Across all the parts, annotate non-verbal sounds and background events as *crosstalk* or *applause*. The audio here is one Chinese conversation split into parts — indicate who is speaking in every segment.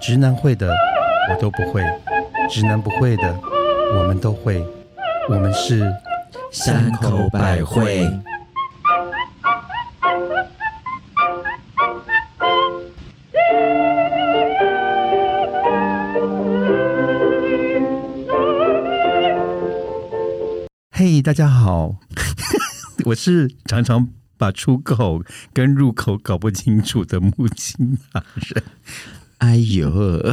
Speaker 1: 直男会的我都不会，直男不会的我们都会，我们是
Speaker 2: 山口百惠。
Speaker 1: 嘿大家好，我是常常把出口跟入口搞不清楚的木青大人。
Speaker 2: 哎呦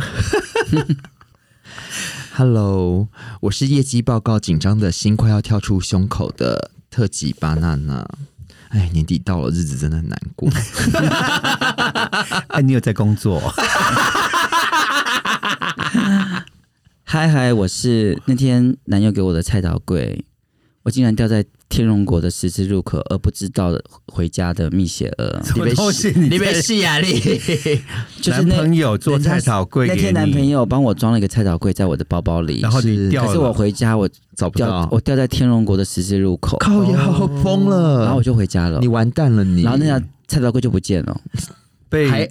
Speaker 2: *laughs* ，Hello，我是业绩报告紧张的心快要跳出胸口的特级巴娜娜。哎，年底到了，日子真的很难过。
Speaker 1: 哎，你有在工作？
Speaker 3: *laughs* 嗨嗨，我是那天男友给我的菜刀柜，我竟然掉在天龙国的十字路口，而不知道回家的蜜雪儿。
Speaker 1: 什么东西？
Speaker 2: 你被戏压力，
Speaker 3: *laughs* 就是
Speaker 1: 男
Speaker 3: 那
Speaker 1: 朋友做
Speaker 3: 人家
Speaker 1: 菜草柜
Speaker 3: 那
Speaker 1: 给
Speaker 3: 天男朋
Speaker 1: 你，
Speaker 3: 友帮我装了一个菜刀柜在我的包包里，
Speaker 1: 然后你
Speaker 2: 是
Speaker 1: 掉
Speaker 3: 可是我
Speaker 1: 了。
Speaker 3: 回家我
Speaker 2: 找不
Speaker 3: 掉
Speaker 2: 到
Speaker 3: 我，哦掉在天龙国的十字路口，
Speaker 2: 靠呀，疯了！
Speaker 3: 然后我就回家了
Speaker 2: 你。完蛋了你，
Speaker 3: 然后那条菜刀柜就不见了，
Speaker 1: 被
Speaker 2: 还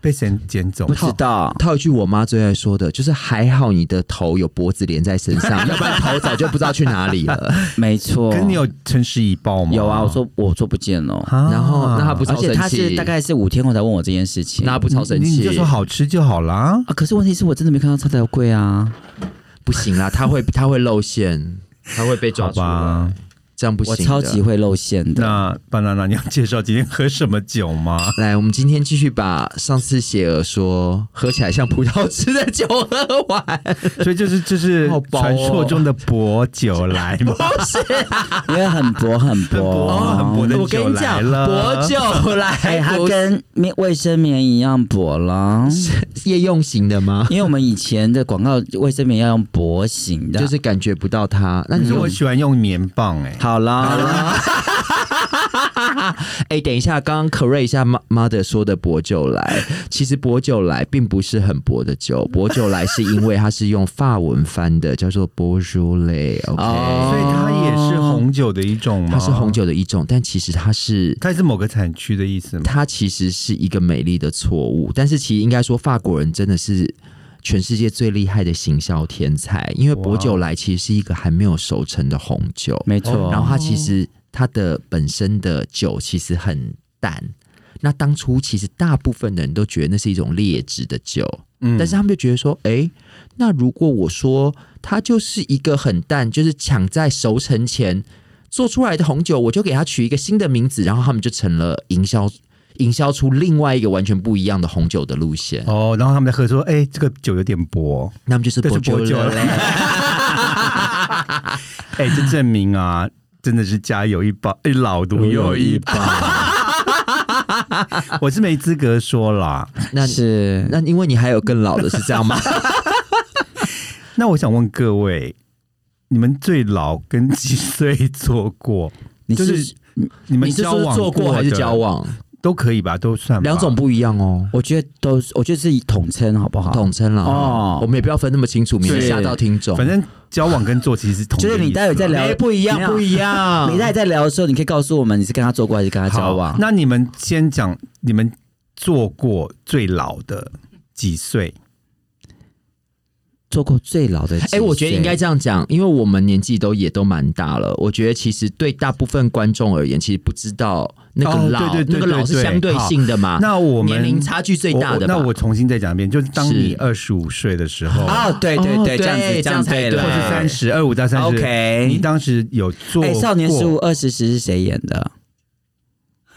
Speaker 1: 被捡捡走
Speaker 3: 不，知道。
Speaker 2: 套一句我妈最爱说的，就是还好你的头有脖子连在身
Speaker 1: *laughs*
Speaker 2: 上，要不然头早就不知道去哪里了。
Speaker 3: 没错，
Speaker 1: 可是你有诚实以报吗？
Speaker 3: 有啊？我说我说不见了，
Speaker 1: 啊，
Speaker 2: 然后那她不
Speaker 3: 而
Speaker 2: 超
Speaker 3: 且
Speaker 2: 生
Speaker 3: 他是
Speaker 2: 气，
Speaker 3: 大概是五天后才问我这件事情。
Speaker 2: 那她不超生
Speaker 1: 你你
Speaker 2: 气
Speaker 1: 就，说好吃就好啦。
Speaker 3: 啊，可是问题是我真的没看到菜刀柜啊。
Speaker 2: 不行啦，她会她会露馅，她会被抓
Speaker 1: 好
Speaker 2: 住
Speaker 1: 吧
Speaker 2: 的，，这样不行
Speaker 3: 我
Speaker 2: 的。
Speaker 3: 超级会露馅的。
Speaker 1: 那巴娜娜，你要介绍今天喝什么酒
Speaker 2: *laughs*
Speaker 1: 吗？
Speaker 2: 来，我们今天继续把上次写儿说喝起来像葡萄汁的酒喝完，
Speaker 1: 所以就是就是
Speaker 2: 好薄哦
Speaker 1: 传说中的薄酒来
Speaker 2: *laughs*
Speaker 1: 嘛，
Speaker 3: *laughs* 因为很薄很
Speaker 1: 很薄
Speaker 3: 薄，
Speaker 1: 很薄的
Speaker 2: 我跟
Speaker 1: 酒
Speaker 2: 你
Speaker 1: 来
Speaker 2: 讲，
Speaker 1: 了。
Speaker 2: 薄酒
Speaker 1: *laughs*
Speaker 3: 哎，
Speaker 2: 来，
Speaker 3: 它
Speaker 2: 不是
Speaker 3: 跟面卫生棉一样薄了。
Speaker 2: 夜用型
Speaker 1: *laughs*
Speaker 2: 的吗？
Speaker 3: 因为我们以前的广告卫生棉要用薄型的，
Speaker 2: 就是感觉不到它。那
Speaker 1: 可
Speaker 2: 你
Speaker 1: 是嗯
Speaker 2: 有
Speaker 1: 我喜欢用棉棒哎、
Speaker 3: 好啦，
Speaker 2: 哎、等一下，刚刚 correct 一下妈妈的说的薄酒来，其实薄酒来并不是很薄的酒，薄酒来是因为它是用法文翻的，叫做 Beaujolais，OK，、
Speaker 3: 哦
Speaker 1: 所以它也是红酒的一种吗？
Speaker 2: 它是红，酒的一种，但其实它是。
Speaker 1: 它也是某个产区的意思吗？
Speaker 2: 它其实是一个美丽的错误，但是其实应该说法国人真的是全世界最厉害的行销天才，因为
Speaker 1: 哇
Speaker 2: 薄酒来其实是一个还没有熟成的红酒，
Speaker 3: 哦没
Speaker 1: 哦
Speaker 3: 错。
Speaker 2: 然后它其实它的本身的酒其实很淡。那当初其实大部分的人都觉得那是一种劣质的酒，
Speaker 1: 嗯
Speaker 2: 但是他们就觉得说，哎、那如果我说它就是一个很淡，就是抢在熟成前做出来的红酒，我就给它取一个新的名字，然后他们就成了营销营销出另外一个完全不一样的红酒的路线，
Speaker 1: *laughs* 哦，然后他们在喝说，哎、这个酒有点薄，
Speaker 2: 那么就是
Speaker 1: 这是薄酒
Speaker 2: *laughs* 了。
Speaker 1: 哎、这证明啊，真的是家有一宝，哎老毒有一宝。我是没资格说啦。 *laughs*
Speaker 2: 那
Speaker 3: 是
Speaker 2: 那因为你还有更老的是这样吗？
Speaker 1: 那我想问各位，你们最老跟几岁做过？
Speaker 3: 你
Speaker 1: 就是是你们
Speaker 2: 你是
Speaker 1: 交
Speaker 2: 说
Speaker 1: 往
Speaker 2: 做过还是
Speaker 1: 的
Speaker 2: 交往？
Speaker 1: 都可以吧？都算吧
Speaker 2: 两种。不一样哦。
Speaker 3: 我觉得都是，我觉得是以统称好不好？
Speaker 2: 统称了
Speaker 3: 哦
Speaker 2: 哦，我们也不要分那么清楚，免得
Speaker 3: 是
Speaker 2: 吓到听众。
Speaker 1: 反正交往跟做其实是同一
Speaker 3: 就
Speaker 1: 个意思
Speaker 3: 是
Speaker 1: 啦，
Speaker 3: 你待会在聊
Speaker 2: 哎，不一
Speaker 3: 没
Speaker 2: 样，
Speaker 3: 有
Speaker 2: 不一样。
Speaker 3: 你待会在聊的时候，你可以告诉我们你是跟他做过还是跟他
Speaker 2: 啊
Speaker 3: 交往
Speaker 1: 好。那你们先讲你们做过最老的几岁？
Speaker 3: 做过最老的几
Speaker 2: *laughs* 哎、
Speaker 3: 岁，
Speaker 2: 我觉得应该这样讲，因为我们年纪都也都蛮大了。我觉得其实对大部分观众而言，其实不知道那
Speaker 1: 哦
Speaker 2: 个老，
Speaker 1: 对对对
Speaker 2: 那个老是
Speaker 1: 对对
Speaker 2: 相对性的嘛。
Speaker 1: 那我们
Speaker 2: 啊年龄差距最大的吧
Speaker 1: 我我那我重新再讲一遍，就是当
Speaker 2: 是
Speaker 1: 你二十五岁的时候，
Speaker 3: 哦，对对
Speaker 2: 哦对
Speaker 3: 对，这样子
Speaker 2: 这样才
Speaker 3: 对
Speaker 2: 对
Speaker 3: 了，
Speaker 1: 或是三十二五到三十
Speaker 3: OK
Speaker 1: 你当时有做
Speaker 3: 哎，
Speaker 1: 过？
Speaker 3: 少年十五二十时是谁演的？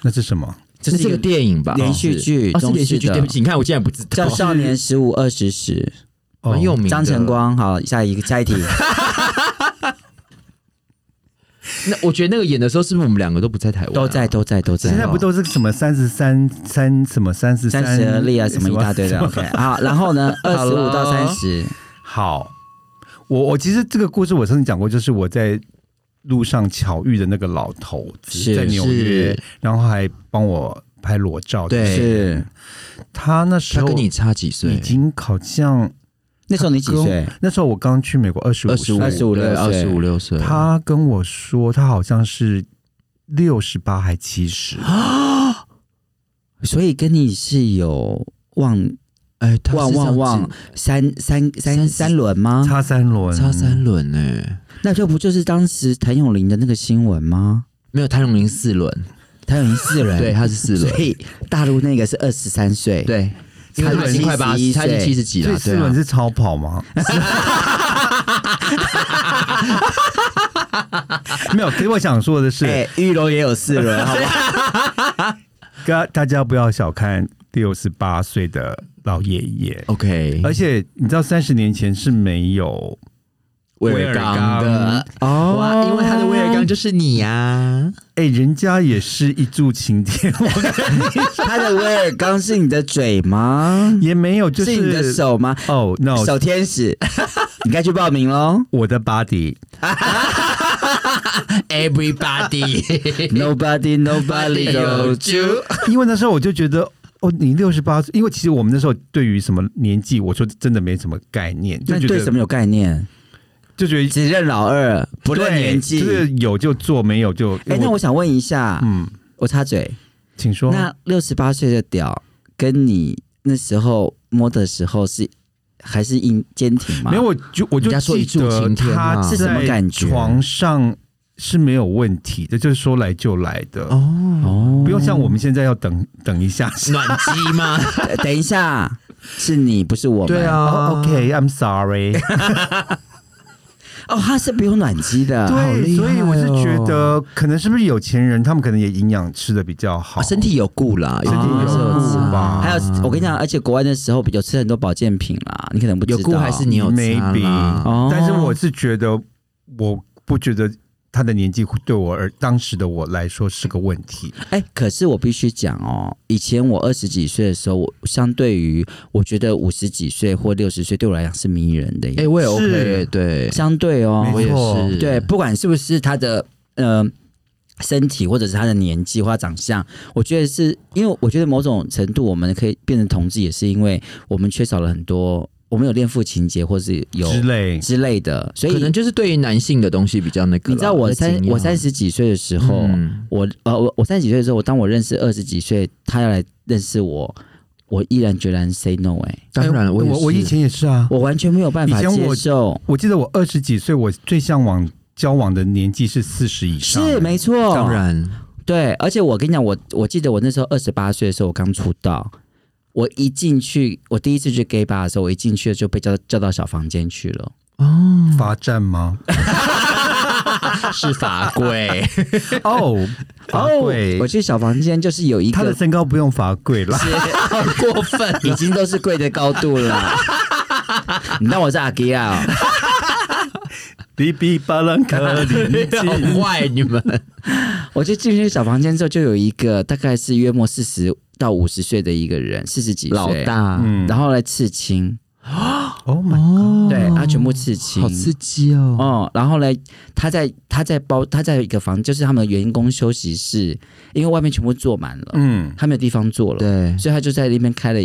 Speaker 1: 那是什么？
Speaker 2: 这是一个电影吧？
Speaker 3: 连续剧
Speaker 2: 哦，是
Speaker 3: 中
Speaker 2: 连续
Speaker 3: 式
Speaker 2: 剧。
Speaker 3: 的
Speaker 2: 对不起，你看我竟然不知
Speaker 3: 叫
Speaker 2: 道，
Speaker 3: 《少年十五二十时
Speaker 1: 哦
Speaker 2: *laughs* 很有名》，的
Speaker 3: 张晨。光。好，下一个，下一题。
Speaker 2: 那我觉得那个演的时候，是不是我们两个都不在台湾啊、
Speaker 3: 都在都在都在，哦
Speaker 1: 现在不都是什么三十三三什么三十
Speaker 3: 三十而立啊，什么一大堆的。OK，好，然后呢，二
Speaker 2: 好
Speaker 3: 十
Speaker 2: 了
Speaker 3: 五到三十，
Speaker 1: *laughs* 好，我我其实这个故事我曾经讲过，就是我在路上巧遇的那个老头子，
Speaker 3: 是
Speaker 1: 在纽约
Speaker 2: 是，
Speaker 1: 然后还帮我拍裸照。
Speaker 2: 对
Speaker 3: 是
Speaker 1: 他那时
Speaker 2: 他
Speaker 1: 候
Speaker 2: 跟你差几岁？
Speaker 1: 已经好像
Speaker 3: 那时候你几岁？？
Speaker 1: 那时候我刚去美国，二十五
Speaker 2: 二十五、
Speaker 3: 25
Speaker 2: 对
Speaker 3: 六岁
Speaker 2: 二十五六岁。
Speaker 1: 他跟我说，他好像是六十八还
Speaker 3: 啊
Speaker 1: 七十，
Speaker 3: 所以跟你是有忘
Speaker 2: 哎，它是
Speaker 3: 旺旺旺，三三三三轮吗？
Speaker 1: 插三轮，
Speaker 2: 差三轮呢、
Speaker 3: 那这不就是当时谭咏麟的那个新闻吗？
Speaker 2: 没有谭咏麟四轮，
Speaker 3: 谭咏麟四轮，
Speaker 2: 对，，他是四
Speaker 3: 所
Speaker 2: 轮，
Speaker 3: 以大陆那个是二十三岁，，
Speaker 2: 对，
Speaker 1: 因为
Speaker 2: 哎他已经快八十，
Speaker 3: 71
Speaker 2: 他已经
Speaker 3: 岁
Speaker 2: 七十几
Speaker 1: 所以
Speaker 2: 了，
Speaker 1: 四
Speaker 2: 对
Speaker 1: 轮
Speaker 2: 啊，
Speaker 1: 是超跑吗？没有，所以我想说的是，
Speaker 3: 哎、玉龙也有四轮，好吧？
Speaker 1: 大大家不要小看六十八岁的老爷爷，
Speaker 2: 哦 OK，
Speaker 1: 而且你知道三十年前是没有
Speaker 2: 威尔刚的
Speaker 1: 哦
Speaker 2: 哇，因为他的威尔刚就是你啊呀、
Speaker 1: 哎、人家也是一柱擎天，
Speaker 3: 他的威尔刚是你的嘴吗？、
Speaker 1: 也没有就是是
Speaker 3: 你的手吗？
Speaker 1: 哦、那 no，
Speaker 3: 手天使，你该去报名喽。
Speaker 1: 我的 body，
Speaker 2: *laughs* Everybody
Speaker 3: *laughs*
Speaker 1: *laughs*
Speaker 3: Nobody,
Speaker 1: 哎
Speaker 3: nobody
Speaker 2: Nobody
Speaker 3: knows you。
Speaker 1: 因为那时候我就觉得。哦，你六十八岁，因为其实我们那时候对于什么年纪，我说真的没什么概念，
Speaker 3: 那
Speaker 1: 就觉
Speaker 3: 你哎对
Speaker 1: 得
Speaker 3: 什么有概念？
Speaker 1: 就觉得
Speaker 3: 只认老二，不
Speaker 1: 对
Speaker 3: 认年纪。
Speaker 1: 就是有就做，没有就
Speaker 3: 哎、那我想问一下，
Speaker 1: 嗯，
Speaker 3: 我插嘴，
Speaker 1: 请说。
Speaker 3: 那六十八岁的屌跟你那时候摸的时候是还是硬坚挺吗？
Speaker 1: 没有，我就我就
Speaker 2: 人家说一
Speaker 1: 记
Speaker 2: 柱
Speaker 1: 得
Speaker 2: 擎天
Speaker 1: 他
Speaker 2: 嘛
Speaker 1: 在
Speaker 3: 是什么感觉
Speaker 1: 床上是没有问题的，就是说来就来的，
Speaker 2: 哦，
Speaker 3: 哦
Speaker 1: 不用像我们现在要等等一下。
Speaker 2: 暖机吗？
Speaker 3: 呃 *laughs* 等一下，是你不是我们。
Speaker 2: 对啊
Speaker 1: 哦 OK，I'm sorry。
Speaker 3: 哦，他是不用暖机的。好
Speaker 1: 对，
Speaker 3: 厉害
Speaker 1: 所
Speaker 3: 哦
Speaker 1: 以我是觉得，可能是不是有钱人，他们可能也营养吃的比较好，
Speaker 2: 哦身体有顾啦，
Speaker 1: 身体
Speaker 2: 有
Speaker 1: 有
Speaker 2: 顾
Speaker 1: 顾
Speaker 3: 啊
Speaker 1: 吧？
Speaker 3: 还有，我跟你讲，而且国外的时候有吃很多保健品啦，你可能不知道。
Speaker 2: 有顾还是你有差
Speaker 1: Maybe
Speaker 2: 啦？
Speaker 3: 哦，
Speaker 1: 但是我是觉得，我不觉得他的年纪对我而当时的我来说是个问题。
Speaker 3: 哎、可是我必须讲哦，以前我二十几岁的时候，我相对于我觉得五十几岁或六十岁对我来讲是迷人的耶。
Speaker 2: 哎，我也 OK，
Speaker 1: 是
Speaker 2: 耶对，
Speaker 3: 相对哦，
Speaker 1: 没
Speaker 2: 我也
Speaker 1: 错
Speaker 2: 是，
Speaker 3: 对，不管是不是他的呃身体，或者是他的年纪或他长相，我觉得是因为我觉得某种程度我们可以变成同志，也是因为我们缺少了很多，我们有恋父情节，或是有
Speaker 1: 之类，
Speaker 3: 之类的，所以
Speaker 2: 可能就是对于男性的东西比较那个啦。
Speaker 3: 你知道我三
Speaker 2: 比较紧要
Speaker 3: 我三十几岁的时候，
Speaker 2: 嗯
Speaker 3: 我呃我我三十几岁的时候，我当我认识二十几岁，他要来认识我，我毅然决然 say no 哎、
Speaker 2: 当然
Speaker 1: 哎
Speaker 2: 了，
Speaker 1: 我
Speaker 2: 也
Speaker 1: 我以
Speaker 2: 是
Speaker 1: 前也是啊，
Speaker 3: 我完全没有办法
Speaker 1: 以前
Speaker 3: 接
Speaker 1: 我
Speaker 3: 受，
Speaker 1: 我记得我二十几岁，我最向往交往的年纪是四十以上，
Speaker 3: 是没错，
Speaker 2: 当 *laughs* 然
Speaker 3: 对，而且我跟你讲，我我记得我那时候二十八岁的时候，我刚出道，我一进去，我第一次去 gay bar 的时候，我一进去就被叫叫到小房间去了。
Speaker 2: 哦，
Speaker 1: 罚站
Speaker 3: *laughs*
Speaker 1: 吗？
Speaker 2: 是罚跪，
Speaker 1: *laughs* 哦，罚跪
Speaker 3: 哦我，去小房间就是有一
Speaker 1: 他的 *laughs*
Speaker 3: 个
Speaker 1: 身高不用罚跪啦。
Speaker 2: 好过分。
Speaker 1: 啊
Speaker 3: 已经都是贵的高度了。 *laughs* 你当我是阿基啊？
Speaker 1: 比比巴朗克里
Speaker 2: *laughs*
Speaker 1: *laughs*
Speaker 2: 好坏你们，
Speaker 3: 我就进去小房间之后，就有一个大概是约莫四十到五十岁的一个人，四十几岁
Speaker 2: 老，大
Speaker 1: 嗯
Speaker 3: 然后来刺青，
Speaker 1: ，Oh my，
Speaker 2: 哦
Speaker 3: 嗯对，他全部刺青，
Speaker 2: 好刺激哦！
Speaker 3: 哦，然后呢，他在他在包他在一个房，就是他们的员工休息室，因为外面全部坐满了，
Speaker 1: 嗯，
Speaker 3: 他没有地方坐了，
Speaker 2: 对，
Speaker 3: 所以他就在那边开了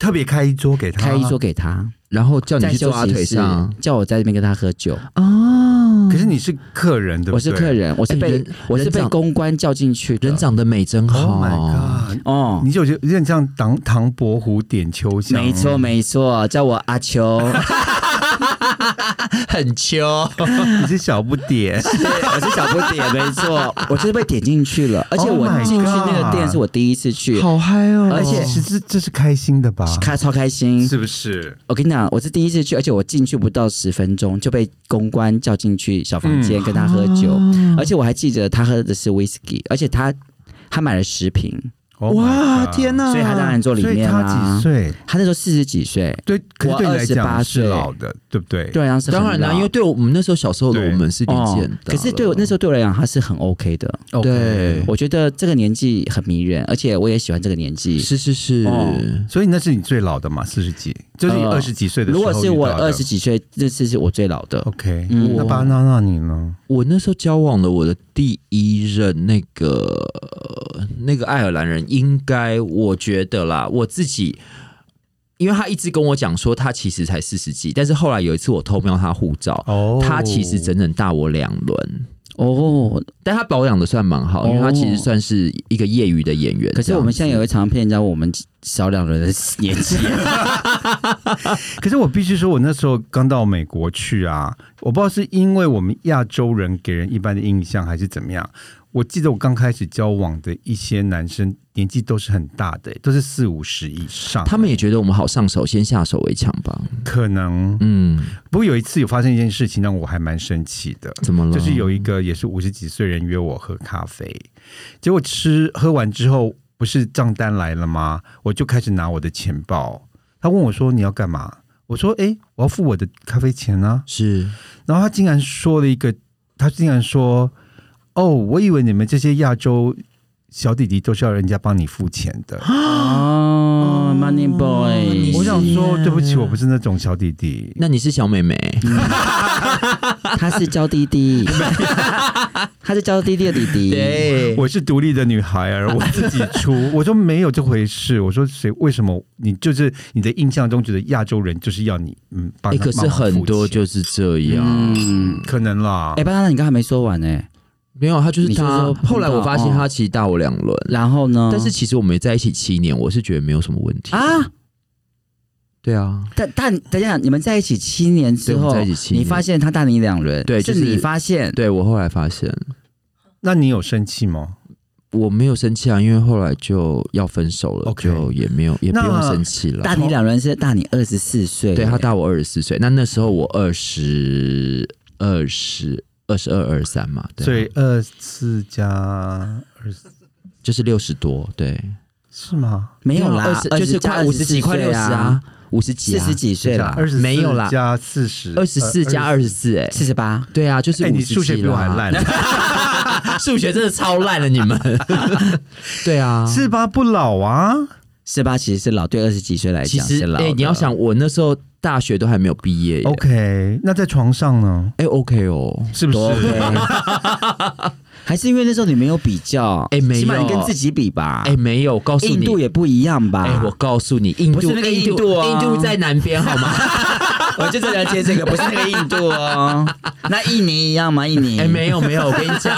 Speaker 1: 特别开一桌给他，
Speaker 3: 开一桌。给他，
Speaker 2: 然后叫你
Speaker 3: 在
Speaker 2: 去
Speaker 3: 休
Speaker 2: 坐他腿
Speaker 3: 息室
Speaker 2: 上啊
Speaker 3: 叫我在那边跟他喝酒。
Speaker 2: 哦
Speaker 1: 可是你是客人对不对？
Speaker 3: 我是客人，我是
Speaker 2: 哎
Speaker 3: 被
Speaker 2: 人
Speaker 3: 我是
Speaker 2: 人
Speaker 3: 被
Speaker 2: 长
Speaker 3: 公关叫进去的
Speaker 2: 人长得美真
Speaker 1: ，Oh
Speaker 2: 好
Speaker 1: my god，
Speaker 3: 哦，
Speaker 1: 你就有点像唐唐伯虎点秋香，
Speaker 3: 没
Speaker 2: 哦
Speaker 3: 错没错，叫我阿秋，
Speaker 2: *laughs* 很秋，
Speaker 1: 你是小不
Speaker 3: *laughs*
Speaker 1: 点，
Speaker 3: 对我是小不点，没错，我就是被点进去了，而且
Speaker 1: Oh
Speaker 3: 我
Speaker 1: my
Speaker 3: 进去那个店
Speaker 1: god
Speaker 3: 是我第一次去，
Speaker 2: 好嗨哦！
Speaker 3: 而且
Speaker 1: 其实这这是开心的吧？
Speaker 3: 开超开心，
Speaker 1: 是不是？
Speaker 3: 我跟你讲，我是第一次去，而且我进去不到十分钟就被公关叫进去小房
Speaker 2: 嗯
Speaker 3: 间跟他喝酒，
Speaker 2: 啊
Speaker 3: 而且我还记得他喝的是 whisky，而且他他买了十瓶，
Speaker 1: Oh my
Speaker 2: 哇，
Speaker 1: god
Speaker 2: 天！哪！
Speaker 3: 所以他当然坐里
Speaker 1: 所以
Speaker 3: 面啦、
Speaker 1: 他几岁？
Speaker 3: 他那时候四十几岁，
Speaker 1: 啊对，可是对你来
Speaker 3: 我
Speaker 1: 讲
Speaker 3: 28
Speaker 1: 是
Speaker 3: 岁
Speaker 1: 老的，对不对？
Speaker 3: 对我来讲是很
Speaker 2: 当然啦，
Speaker 3: 老
Speaker 2: 因为对我们那时候小时候的
Speaker 1: 对
Speaker 2: 我们是理解
Speaker 3: 哦
Speaker 2: 的，，
Speaker 3: 可是对我那时候对我来讲他是很 OK 的，
Speaker 1: OK
Speaker 2: 对
Speaker 3: 我觉得这个年纪很迷人，而且我也喜欢这个年纪。
Speaker 2: 是是是，
Speaker 3: 哦
Speaker 1: 所以那是你最老的嘛，四十几，就是你
Speaker 3: 呃
Speaker 1: 二十几岁的时
Speaker 3: 如
Speaker 1: 候遇
Speaker 3: 果
Speaker 1: 到的。
Speaker 3: 是我二十几岁，这次是我最老的。
Speaker 1: ，OK，、
Speaker 3: 嗯
Speaker 1: 那巴娜娜你呢？
Speaker 2: 我那时候交往了我的第一任那个那个爱尔兰人，应该我觉得啦，我自己。因为他一直跟我讲说他其实才四十几，但是后来有一次我偷瞄他护照，
Speaker 1: 哦
Speaker 2: 他其实整整大我两轮，
Speaker 3: 哦，
Speaker 2: 但他保养的算蛮好，因为他其实算是一个业余的演员。
Speaker 3: 可是我们现在也会常常骗人家我们小两人的年纪，
Speaker 1: 可是我必须说，我那时候刚到美国去啊，我不知道是因为我们亚洲人给人一般的印象，还是怎么样。我记得我刚开始交往的一些男生年纪都是很大的、都是四五十以上。
Speaker 2: 他们也觉得我们好上手，先下手为强吧。
Speaker 1: 可能，
Speaker 2: 嗯，
Speaker 1: 不过有一次有发生一件事情让我还蛮生气的，
Speaker 2: 怎么了？
Speaker 1: 就是有一个也是五十几岁人约我喝咖啡，结果吃喝完之后，不是账单来了吗？我就开始拿我的钱包，他问我说你要干嘛？我说诶，我要付我的咖啡钱啊。
Speaker 2: 是
Speaker 1: 然后他竟然说了一个，他竟然说哦，我以为你们这些亚洲小弟弟都是要人家帮你付钱的。
Speaker 3: 啊
Speaker 2: *laughs*
Speaker 3: 哦
Speaker 2: 你
Speaker 3: ，Money Boy，
Speaker 1: 我想说
Speaker 2: 是耶
Speaker 1: 对不起，我不是那种小弟弟。
Speaker 2: 那你是小妹妹，
Speaker 3: 他是娇滴
Speaker 2: *laughs*
Speaker 3: 滴，他是娇滴滴的弟弟。
Speaker 2: 对
Speaker 1: *laughs* 我是独立的女孩儿，我自己出。
Speaker 2: *laughs*
Speaker 1: 我说没有这回事。我说谁？为什么你就是你的印象中觉得亚洲人就是要你嗯帮
Speaker 2: 哎，
Speaker 1: 他、
Speaker 2: 可是很多就是这样，
Speaker 3: 嗯，
Speaker 1: 可能啦。
Speaker 3: 哎，巴娜，你刚才没说完呢。
Speaker 2: 没有他就是
Speaker 3: 你是
Speaker 2: 他
Speaker 3: 说。碰到哦
Speaker 2: 后来我发现他其实大我两轮，
Speaker 3: 然后呢？
Speaker 2: 但是其实我们在一起七年，我是觉得没有什么问题。
Speaker 3: 啊，
Speaker 2: 对啊，
Speaker 3: 但但等一下，你们在一起七年之
Speaker 2: 对我
Speaker 3: 后
Speaker 2: 们在一起七，年
Speaker 3: 你发现他大你两轮，
Speaker 2: 对就是
Speaker 3: 是你发现。
Speaker 2: 对我后来发现
Speaker 1: 那你有生气吗？
Speaker 2: 我没有生气啊，因为后来就要分手了
Speaker 1: OK
Speaker 2: 就也没有也不用
Speaker 1: 那
Speaker 2: 生气了。
Speaker 3: 大你两轮是大你二十四岁，
Speaker 2: 对他大我二十四岁，那那时候我二十二十二十二二三嘛，对啊，
Speaker 1: 所以二四加二十
Speaker 2: 就是六十多，对，
Speaker 1: 是吗？
Speaker 3: 没有啦，
Speaker 2: 二十就是快五十几，快六十啊，，五十几、
Speaker 3: 四
Speaker 2: 啊，
Speaker 3: 十几岁啦，
Speaker 1: 二十
Speaker 2: 没有啦
Speaker 1: 加四十，
Speaker 2: 二十四加二十四，哎，
Speaker 3: 四十八。
Speaker 2: 对啊，就是
Speaker 1: 哎，
Speaker 2: 五
Speaker 1: 你
Speaker 2: 十
Speaker 1: 数学比我还烂，
Speaker 2: 烂， *laughs* 数学真的超烂了，你们，对啊，
Speaker 1: 四八不老啊。
Speaker 3: 四八其实是老，对二十几岁来
Speaker 2: 其
Speaker 3: 讲
Speaker 2: 实
Speaker 3: 是老的。
Speaker 2: 哎，你要想我那时候大学都还没有毕业耶
Speaker 1: OK，那在床上呢？
Speaker 2: 哎，OK 哦，
Speaker 1: 是不
Speaker 3: 多
Speaker 1: 是？ *laughs*
Speaker 3: OK，还是因为那时候你没有比较，
Speaker 2: 哎没有
Speaker 3: 起码你跟自己比吧。
Speaker 2: 哎，没有，我告诉
Speaker 3: 印
Speaker 2: 你，
Speaker 3: 度也不一样吧？
Speaker 2: 哎、我告诉你，印
Speaker 3: 不
Speaker 2: 度
Speaker 3: 是那个
Speaker 2: 印
Speaker 3: 印度
Speaker 1: 哦
Speaker 2: 印
Speaker 3: 啊
Speaker 2: 度在南边
Speaker 1: *laughs*
Speaker 2: 好吗？
Speaker 3: *laughs* 我就是了解这个，不是那个印
Speaker 2: *laughs*
Speaker 3: 度哦。那印尼一样吗？印尼？
Speaker 2: 哎、没有没有，我跟你
Speaker 1: *laughs*
Speaker 2: 讲，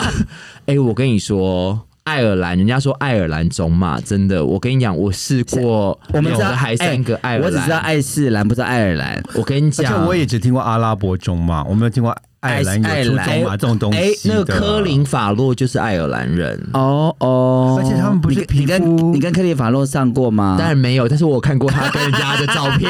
Speaker 2: 哎、我跟你说，爱尔兰，人家说爱尔兰种马，真的，我跟你讲，我试过，
Speaker 3: 我们知道
Speaker 2: 还三个爱
Speaker 3: 哎
Speaker 2: 尔兰，
Speaker 3: 我只知道，爱士兰，不知道爱尔兰。
Speaker 2: 我跟你
Speaker 1: 而且
Speaker 2: 讲，
Speaker 1: 我也只听过阿拉伯中嘛，我没有听过爱尔兰
Speaker 3: 爱
Speaker 1: 有出
Speaker 3: 爱
Speaker 1: 中
Speaker 3: 尔
Speaker 1: 嘛这种东西的。
Speaker 2: 哎、那个科林法洛就是爱尔兰人。
Speaker 3: 哦哦
Speaker 1: 而且他们不是
Speaker 3: 你跟
Speaker 1: 皮
Speaker 3: 你
Speaker 1: 肤
Speaker 3: 跟你跟克利法洛上过吗？
Speaker 2: 当然没有，但是我有看过他跟人家的照
Speaker 1: *laughs*
Speaker 2: 片，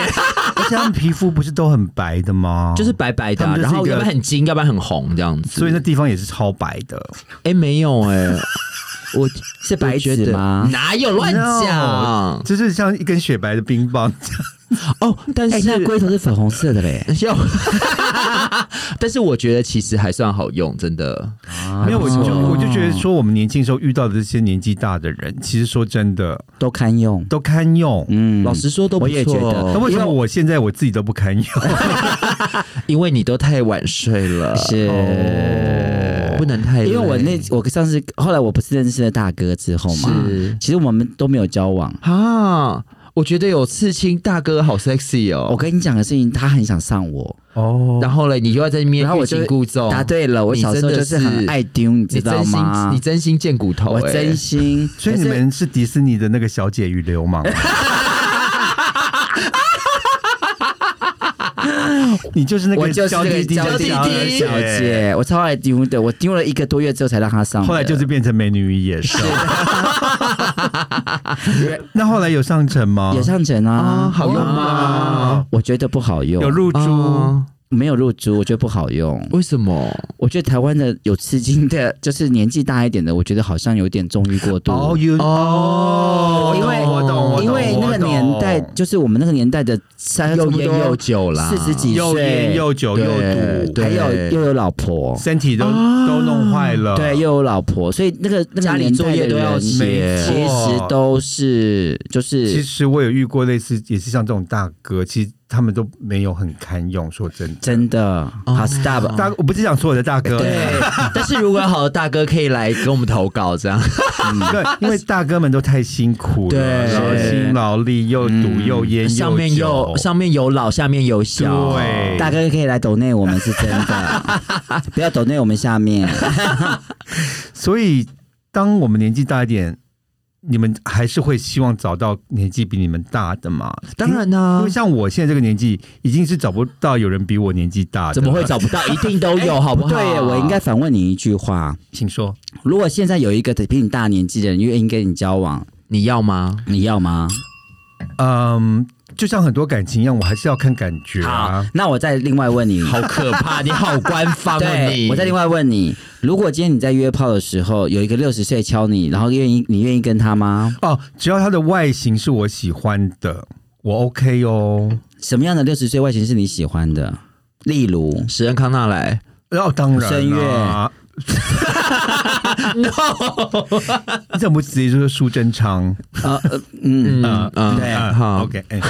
Speaker 1: 而且他们皮肤不是都很白的吗？
Speaker 2: 就是，白白的
Speaker 1: 他
Speaker 2: 啊、
Speaker 1: 们就是
Speaker 2: 然后
Speaker 1: 一个
Speaker 2: 要不然很金，要不然很红这样子。
Speaker 1: 所以那地方也是超白的。
Speaker 2: 哎、没有哎、
Speaker 1: *laughs*
Speaker 2: 我
Speaker 3: 是白
Speaker 2: 觉
Speaker 3: 纸
Speaker 2: 得
Speaker 3: 吗？
Speaker 2: 哪有乱讲
Speaker 1: No，就是像一根雪白的冰棒。
Speaker 2: 哦？但
Speaker 3: 哎，
Speaker 2: 是、
Speaker 3: 那龟头是粉红色的嘞。
Speaker 2: *laughs* 要， *laughs* 但是我觉得其实还算好用，真的。
Speaker 1: *laughs* 没有，我就
Speaker 3: 啊还不错
Speaker 1: 我就觉得说，我们年轻时候遇到的这些年纪大的人，其实说真的
Speaker 3: 都堪用。
Speaker 1: 都堪用。
Speaker 3: 嗯，
Speaker 2: 老实说都不
Speaker 3: 我也觉得
Speaker 1: 那
Speaker 2: 错，
Speaker 1: 为什么我现在我自己都不堪用？
Speaker 2: 因为你都太晚睡了，
Speaker 3: *laughs*
Speaker 2: 哦
Speaker 3: 是。
Speaker 2: 不能太累，
Speaker 3: 因为我那我上次后来我不是认识了大哥之后嘛，
Speaker 2: 是
Speaker 3: 其实我们都没有交往。
Speaker 2: 啊，我觉得有刺青大哥好 sexy 哦。
Speaker 3: 我跟你讲的事情，他很想上我，
Speaker 1: 哦，
Speaker 2: 然后嘞，你又要在那边
Speaker 3: 然后我
Speaker 2: 欲擒
Speaker 3: 就
Speaker 2: 故纵，
Speaker 3: 答对了。我
Speaker 2: 哦你
Speaker 3: 小时
Speaker 2: 真
Speaker 3: 候就
Speaker 2: 的
Speaker 3: 是很
Speaker 2: 是
Speaker 3: 爱丢，你知
Speaker 2: 你
Speaker 3: 道
Speaker 2: 真心
Speaker 3: 吗？
Speaker 2: 你真心见骨头，
Speaker 3: 我
Speaker 2: 哎 *laughs*
Speaker 3: 真心，
Speaker 1: *laughs* 所以你们是迪士尼的那个小姐与流氓。 *laughs* 你就是那
Speaker 3: 我
Speaker 1: 个
Speaker 3: 就是
Speaker 1: 娇
Speaker 3: 那
Speaker 1: 滴
Speaker 3: 个
Speaker 1: 滴
Speaker 3: 娇
Speaker 1: 的
Speaker 3: 滴
Speaker 1: 小
Speaker 3: 滴小
Speaker 1: 姐，
Speaker 3: 姐，我超爱丢的，我丢了一个多月之后才让她上的。
Speaker 1: 后来就是 *laughs* 变成美女与野兽。那后来有上层吗？
Speaker 3: 也上枕
Speaker 2: 啊
Speaker 1: 哦
Speaker 3: 啊，
Speaker 2: 好用吗？
Speaker 3: 我觉得不好用，
Speaker 1: 有露珠，
Speaker 3: 哦
Speaker 2: 啊
Speaker 3: 没有入珠，我觉得不好用。
Speaker 2: 为什么？
Speaker 3: 我觉得台湾的有刺青的，就是年纪大一点的，我觉得好像有点纵欲过度。
Speaker 1: 哦，有
Speaker 2: 哦
Speaker 1: 因为我懂，我懂
Speaker 3: 因为那个年代，就是我们那个年代的三
Speaker 2: 又烟又酒啦，
Speaker 3: 四十几岁，
Speaker 1: 又烟又酒又
Speaker 3: 对
Speaker 1: 赌，
Speaker 3: 还有又有老婆，
Speaker 1: 身体都都弄坏了，
Speaker 3: 哦对，又有老婆，所以那个
Speaker 2: 啊
Speaker 3: 那
Speaker 2: 家
Speaker 3: 个
Speaker 2: 里
Speaker 3: 年
Speaker 2: 作
Speaker 3: 代
Speaker 2: 业
Speaker 3: 的
Speaker 2: 都要
Speaker 3: 人，
Speaker 2: 写
Speaker 1: 没
Speaker 3: 其
Speaker 1: 错
Speaker 3: 实都是就
Speaker 1: 其
Speaker 3: 是
Speaker 1: 实我有遇过类似，也是像这种大哥，其实他们都没有很堪用。说真的，
Speaker 3: 真的
Speaker 2: 哦
Speaker 3: 好 stop，
Speaker 1: 大我不是讲所有的大哥， *laughs*
Speaker 2: 对，但是如果有好的大哥可以来跟我们投稿，这样
Speaker 3: 嗯
Speaker 1: 对，因为大哥们都太辛苦了，
Speaker 2: 对
Speaker 1: 然后辛劳力又赌
Speaker 3: 嗯
Speaker 1: 又烟又酒
Speaker 2: 上面有上面有老，下面有小，
Speaker 1: 对
Speaker 3: 大哥可以来抖内，我们是真
Speaker 2: *laughs*
Speaker 3: 的，不要抖内我们下面。
Speaker 1: 所以，当我们年纪大一点，你们还是会希望找到年纪比你们大的嘛？
Speaker 2: 当然啊
Speaker 1: 因
Speaker 2: 呢
Speaker 1: 为，像我现在这个年纪，已经是找不到有人比我年纪大的。
Speaker 2: 怎么会？找不到？一定都有，好不好？
Speaker 3: 哎对耶，我应该反问你一句话：
Speaker 1: 请说。
Speaker 3: 如果现在有一个比你大年纪的人愿意跟你交往，
Speaker 2: 你要吗？
Speaker 3: 你要吗？
Speaker 1: 嗯，就像很多感情一样，我还是要看感觉
Speaker 3: 好
Speaker 1: 啊。，
Speaker 3: 那我再另外问你。
Speaker 2: 好可怕！你好官 *laughs* 方啊！
Speaker 3: 对，
Speaker 2: 你
Speaker 3: 我再另
Speaker 2: 外
Speaker 3: 外问你，如果今天你在约炮的时候有一个六十岁敲你，然后愿意你愿意跟他吗？
Speaker 1: 哦，只要他的外形是我喜欢的，我 OK 哦。
Speaker 3: 什么样的六十岁外形是你喜欢的？例如，
Speaker 2: 史恩康纳来
Speaker 1: 然后当然、 *laughs*
Speaker 3: 声
Speaker 1: 啊
Speaker 3: 乐，
Speaker 2: *laughs*
Speaker 1: 你怎么不直接就说苏贞昌？
Speaker 3: 呃，呃嗯，
Speaker 2: 嗯嗯
Speaker 3: 对
Speaker 1: 啊
Speaker 2: 好 *laughs*
Speaker 1: ，OK，哎、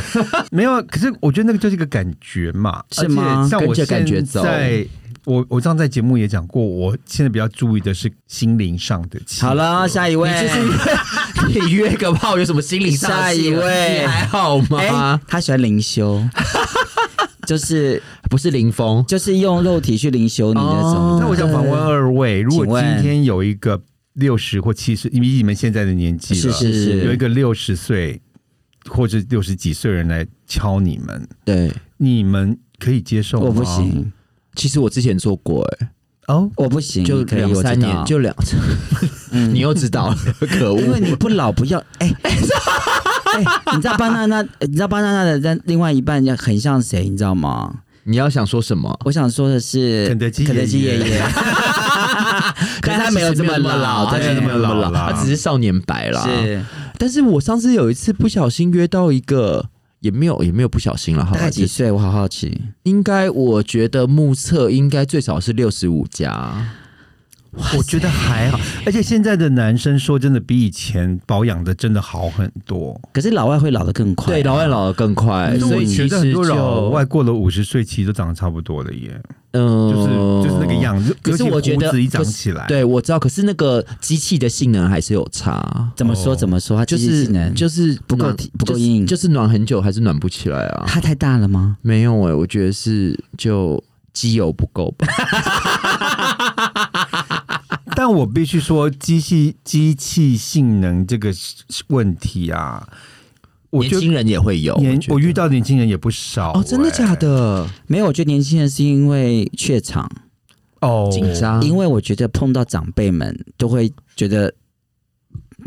Speaker 1: 没有啊，可是我觉得那个就是一个感觉嘛，
Speaker 3: 是吗
Speaker 1: 而且像我
Speaker 2: 跟着感觉走
Speaker 1: 在我我上次在节目也讲过，我现在比较注意的是心灵上的契合
Speaker 3: 好，了，下一位，
Speaker 2: 你约个炮有什么心理上的
Speaker 3: 下一
Speaker 2: 契合
Speaker 3: 位
Speaker 2: 你还好
Speaker 3: 哎、
Speaker 2: 吗？
Speaker 3: 他喜欢灵修，就是
Speaker 2: 不是林峰，
Speaker 3: 就是用肉体去灵修你那种。
Speaker 2: 哦
Speaker 1: 那我想访问二位，如果
Speaker 3: 嗯请问
Speaker 1: 今天有一个六十或七十，以你们现在的年纪
Speaker 3: 是
Speaker 1: 了，
Speaker 3: 是
Speaker 1: 有一
Speaker 3: 是，
Speaker 1: 个六十岁或者六十几岁人来敲你们，
Speaker 3: 对，
Speaker 1: 你们可以接受吗？
Speaker 3: 我不行，
Speaker 2: 其实我之前做过、哎，
Speaker 1: 哦，
Speaker 3: 我不行，
Speaker 2: 就
Speaker 3: 可以
Speaker 2: 两
Speaker 3: 我
Speaker 2: 三
Speaker 3: 知道
Speaker 2: 年，就两， *laughs*
Speaker 3: 嗯
Speaker 2: 你又知道 *laughs* 了，可
Speaker 3: 因
Speaker 2: 恶！
Speaker 3: 为你不老不要，哎、哎你知道巴娜娜，你知道巴娜娜的在另外一半很像谁，你知道吗？
Speaker 2: 你要想说什么？
Speaker 3: 我想说的是
Speaker 1: 肯德基
Speaker 3: 肯德基爷
Speaker 1: 爷 *laughs*
Speaker 3: 爷，可是他没有这么老，
Speaker 2: 他
Speaker 1: 对
Speaker 2: 没有这么
Speaker 1: 没有那么
Speaker 2: 老，
Speaker 1: 老
Speaker 2: 他只是少年白啦。
Speaker 3: 是
Speaker 1: 啊
Speaker 2: 但是我上次有一次不小心约到一个，也没有也没有不小心了，好
Speaker 3: 大
Speaker 2: 吧，
Speaker 3: 概几岁？我好好奇。
Speaker 2: 应该我觉得目测应该最少是六十五加，
Speaker 1: 我觉得还好，而且现在的男生说真的比以前保养的真的好很多。
Speaker 3: 可是老外会老得更快，
Speaker 2: 对，老外老的更快，
Speaker 1: 嗯
Speaker 2: 哎所以
Speaker 1: 我
Speaker 2: 其
Speaker 1: 觉得很
Speaker 2: 实
Speaker 1: 多老
Speaker 2: 就
Speaker 1: 外过了五十岁，其实都长得差不多了耶，
Speaker 2: 嗯
Speaker 1: 就是就是那个。样子。
Speaker 2: 可是
Speaker 1: 尤其
Speaker 2: 我觉得
Speaker 1: 胡子一长起来，
Speaker 2: 对，我知道，可是那个机器的性能还是有差，
Speaker 3: 怎么说
Speaker 1: 哦
Speaker 3: 怎么说，他
Speaker 2: 就
Speaker 3: 机械
Speaker 2: 是
Speaker 3: 性能
Speaker 2: 就是
Speaker 3: 不够
Speaker 2: 暖
Speaker 3: 体不够
Speaker 2: 就是
Speaker 3: 硬
Speaker 2: 就是暖很久还是暖不起来啊。
Speaker 3: 他太大了吗？
Speaker 2: 没有哎、我觉得是就机油不够吧。
Speaker 1: 但我必须说，机器机器性能这个问题啊，我
Speaker 2: *laughs* 年
Speaker 1: 觉得
Speaker 2: 轻人也会有，
Speaker 1: 年
Speaker 2: 觉得
Speaker 1: 我遇到年轻人也不少、哎
Speaker 2: 哦，真的假？的？
Speaker 3: 没有，我觉得年轻人是因为怯场，
Speaker 1: 哦，
Speaker 2: 紧张，
Speaker 3: 因为我觉得碰到长辈们都会觉得，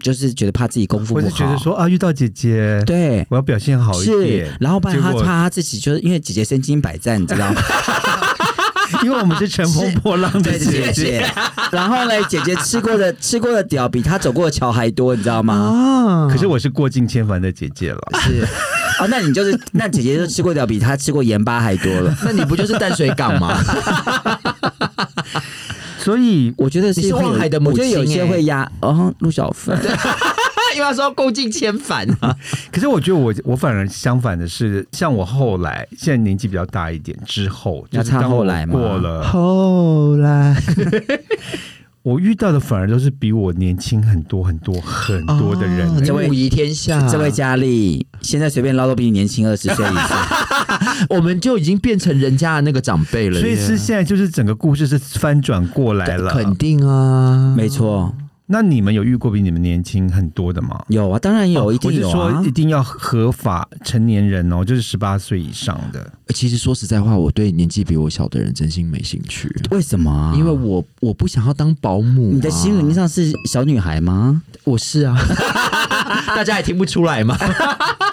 Speaker 3: 就是觉得怕自己功夫
Speaker 1: 我
Speaker 3: 不
Speaker 1: 是
Speaker 3: 好，
Speaker 1: 觉得说啊，遇到姐姐，
Speaker 3: 对。
Speaker 1: 我要表现好一
Speaker 3: 是
Speaker 1: 点，，
Speaker 3: 然后不然他
Speaker 1: 结果
Speaker 3: 怕他自己就是因为姐姐身经百战，你知
Speaker 1: *laughs*
Speaker 3: 道吗？
Speaker 1: 因为我们是乘风破浪的
Speaker 3: 对
Speaker 1: 姐
Speaker 3: 姐
Speaker 1: 姐。
Speaker 3: 姐，然后呢，姐姐吃过的吃过的屌比她走过的桥还多，你知道吗？
Speaker 2: 啊
Speaker 1: 可是我是过尽千帆的姐姐了。
Speaker 2: 嗯
Speaker 3: 是， *laughs* 哦，那你就是那姐姐就吃过屌比她吃过盐巴还多了。
Speaker 2: *laughs* 那你不就是淡水港吗？
Speaker 1: 所以
Speaker 3: *laughs* 我觉得
Speaker 2: 你是
Speaker 3: 会有
Speaker 2: 望海的母
Speaker 3: 我觉得有
Speaker 2: 亲
Speaker 3: 些
Speaker 2: 欸
Speaker 3: 会压哦，陆小凤，
Speaker 2: *laughs* 因为他说共进千帆啊，
Speaker 1: 可是我觉得我我反而相反的是，像我后来现在年纪比较大一点之后，
Speaker 3: 要
Speaker 1: 就是当
Speaker 3: 唱后来
Speaker 1: 我
Speaker 3: 吗
Speaker 1: 过了，
Speaker 2: 后来
Speaker 1: 我遇到的反而都是比我年轻很多很多很多的人、
Speaker 2: 哦这
Speaker 3: 哦这位
Speaker 2: 位武夷天下，
Speaker 3: 这位佳丽现在随便捞都比你年轻二十岁以上。
Speaker 2: *laughs* 我们就已经变成人家的那个长辈了耶，
Speaker 1: 所以是现在就是整个故事是翻转过来了。
Speaker 2: 肯定啊，
Speaker 3: 没错，
Speaker 1: 那你们有遇过比你们年轻很多的吗？
Speaker 3: 有啊，当然
Speaker 2: 哦
Speaker 3: 有，一
Speaker 1: 我
Speaker 3: 定
Speaker 1: 是
Speaker 3: 有啊
Speaker 1: 说一。定要合法成年人哦，就是十八岁以上的。
Speaker 2: 其实说实在话，我对年纪比我小的人真心没兴趣，
Speaker 3: 为什么啊？
Speaker 2: 因为我我不想要当保姆啊、
Speaker 3: 你的心灵上是小女孩吗？
Speaker 2: 我是 *laughs* 啊，大家也听不出来吗？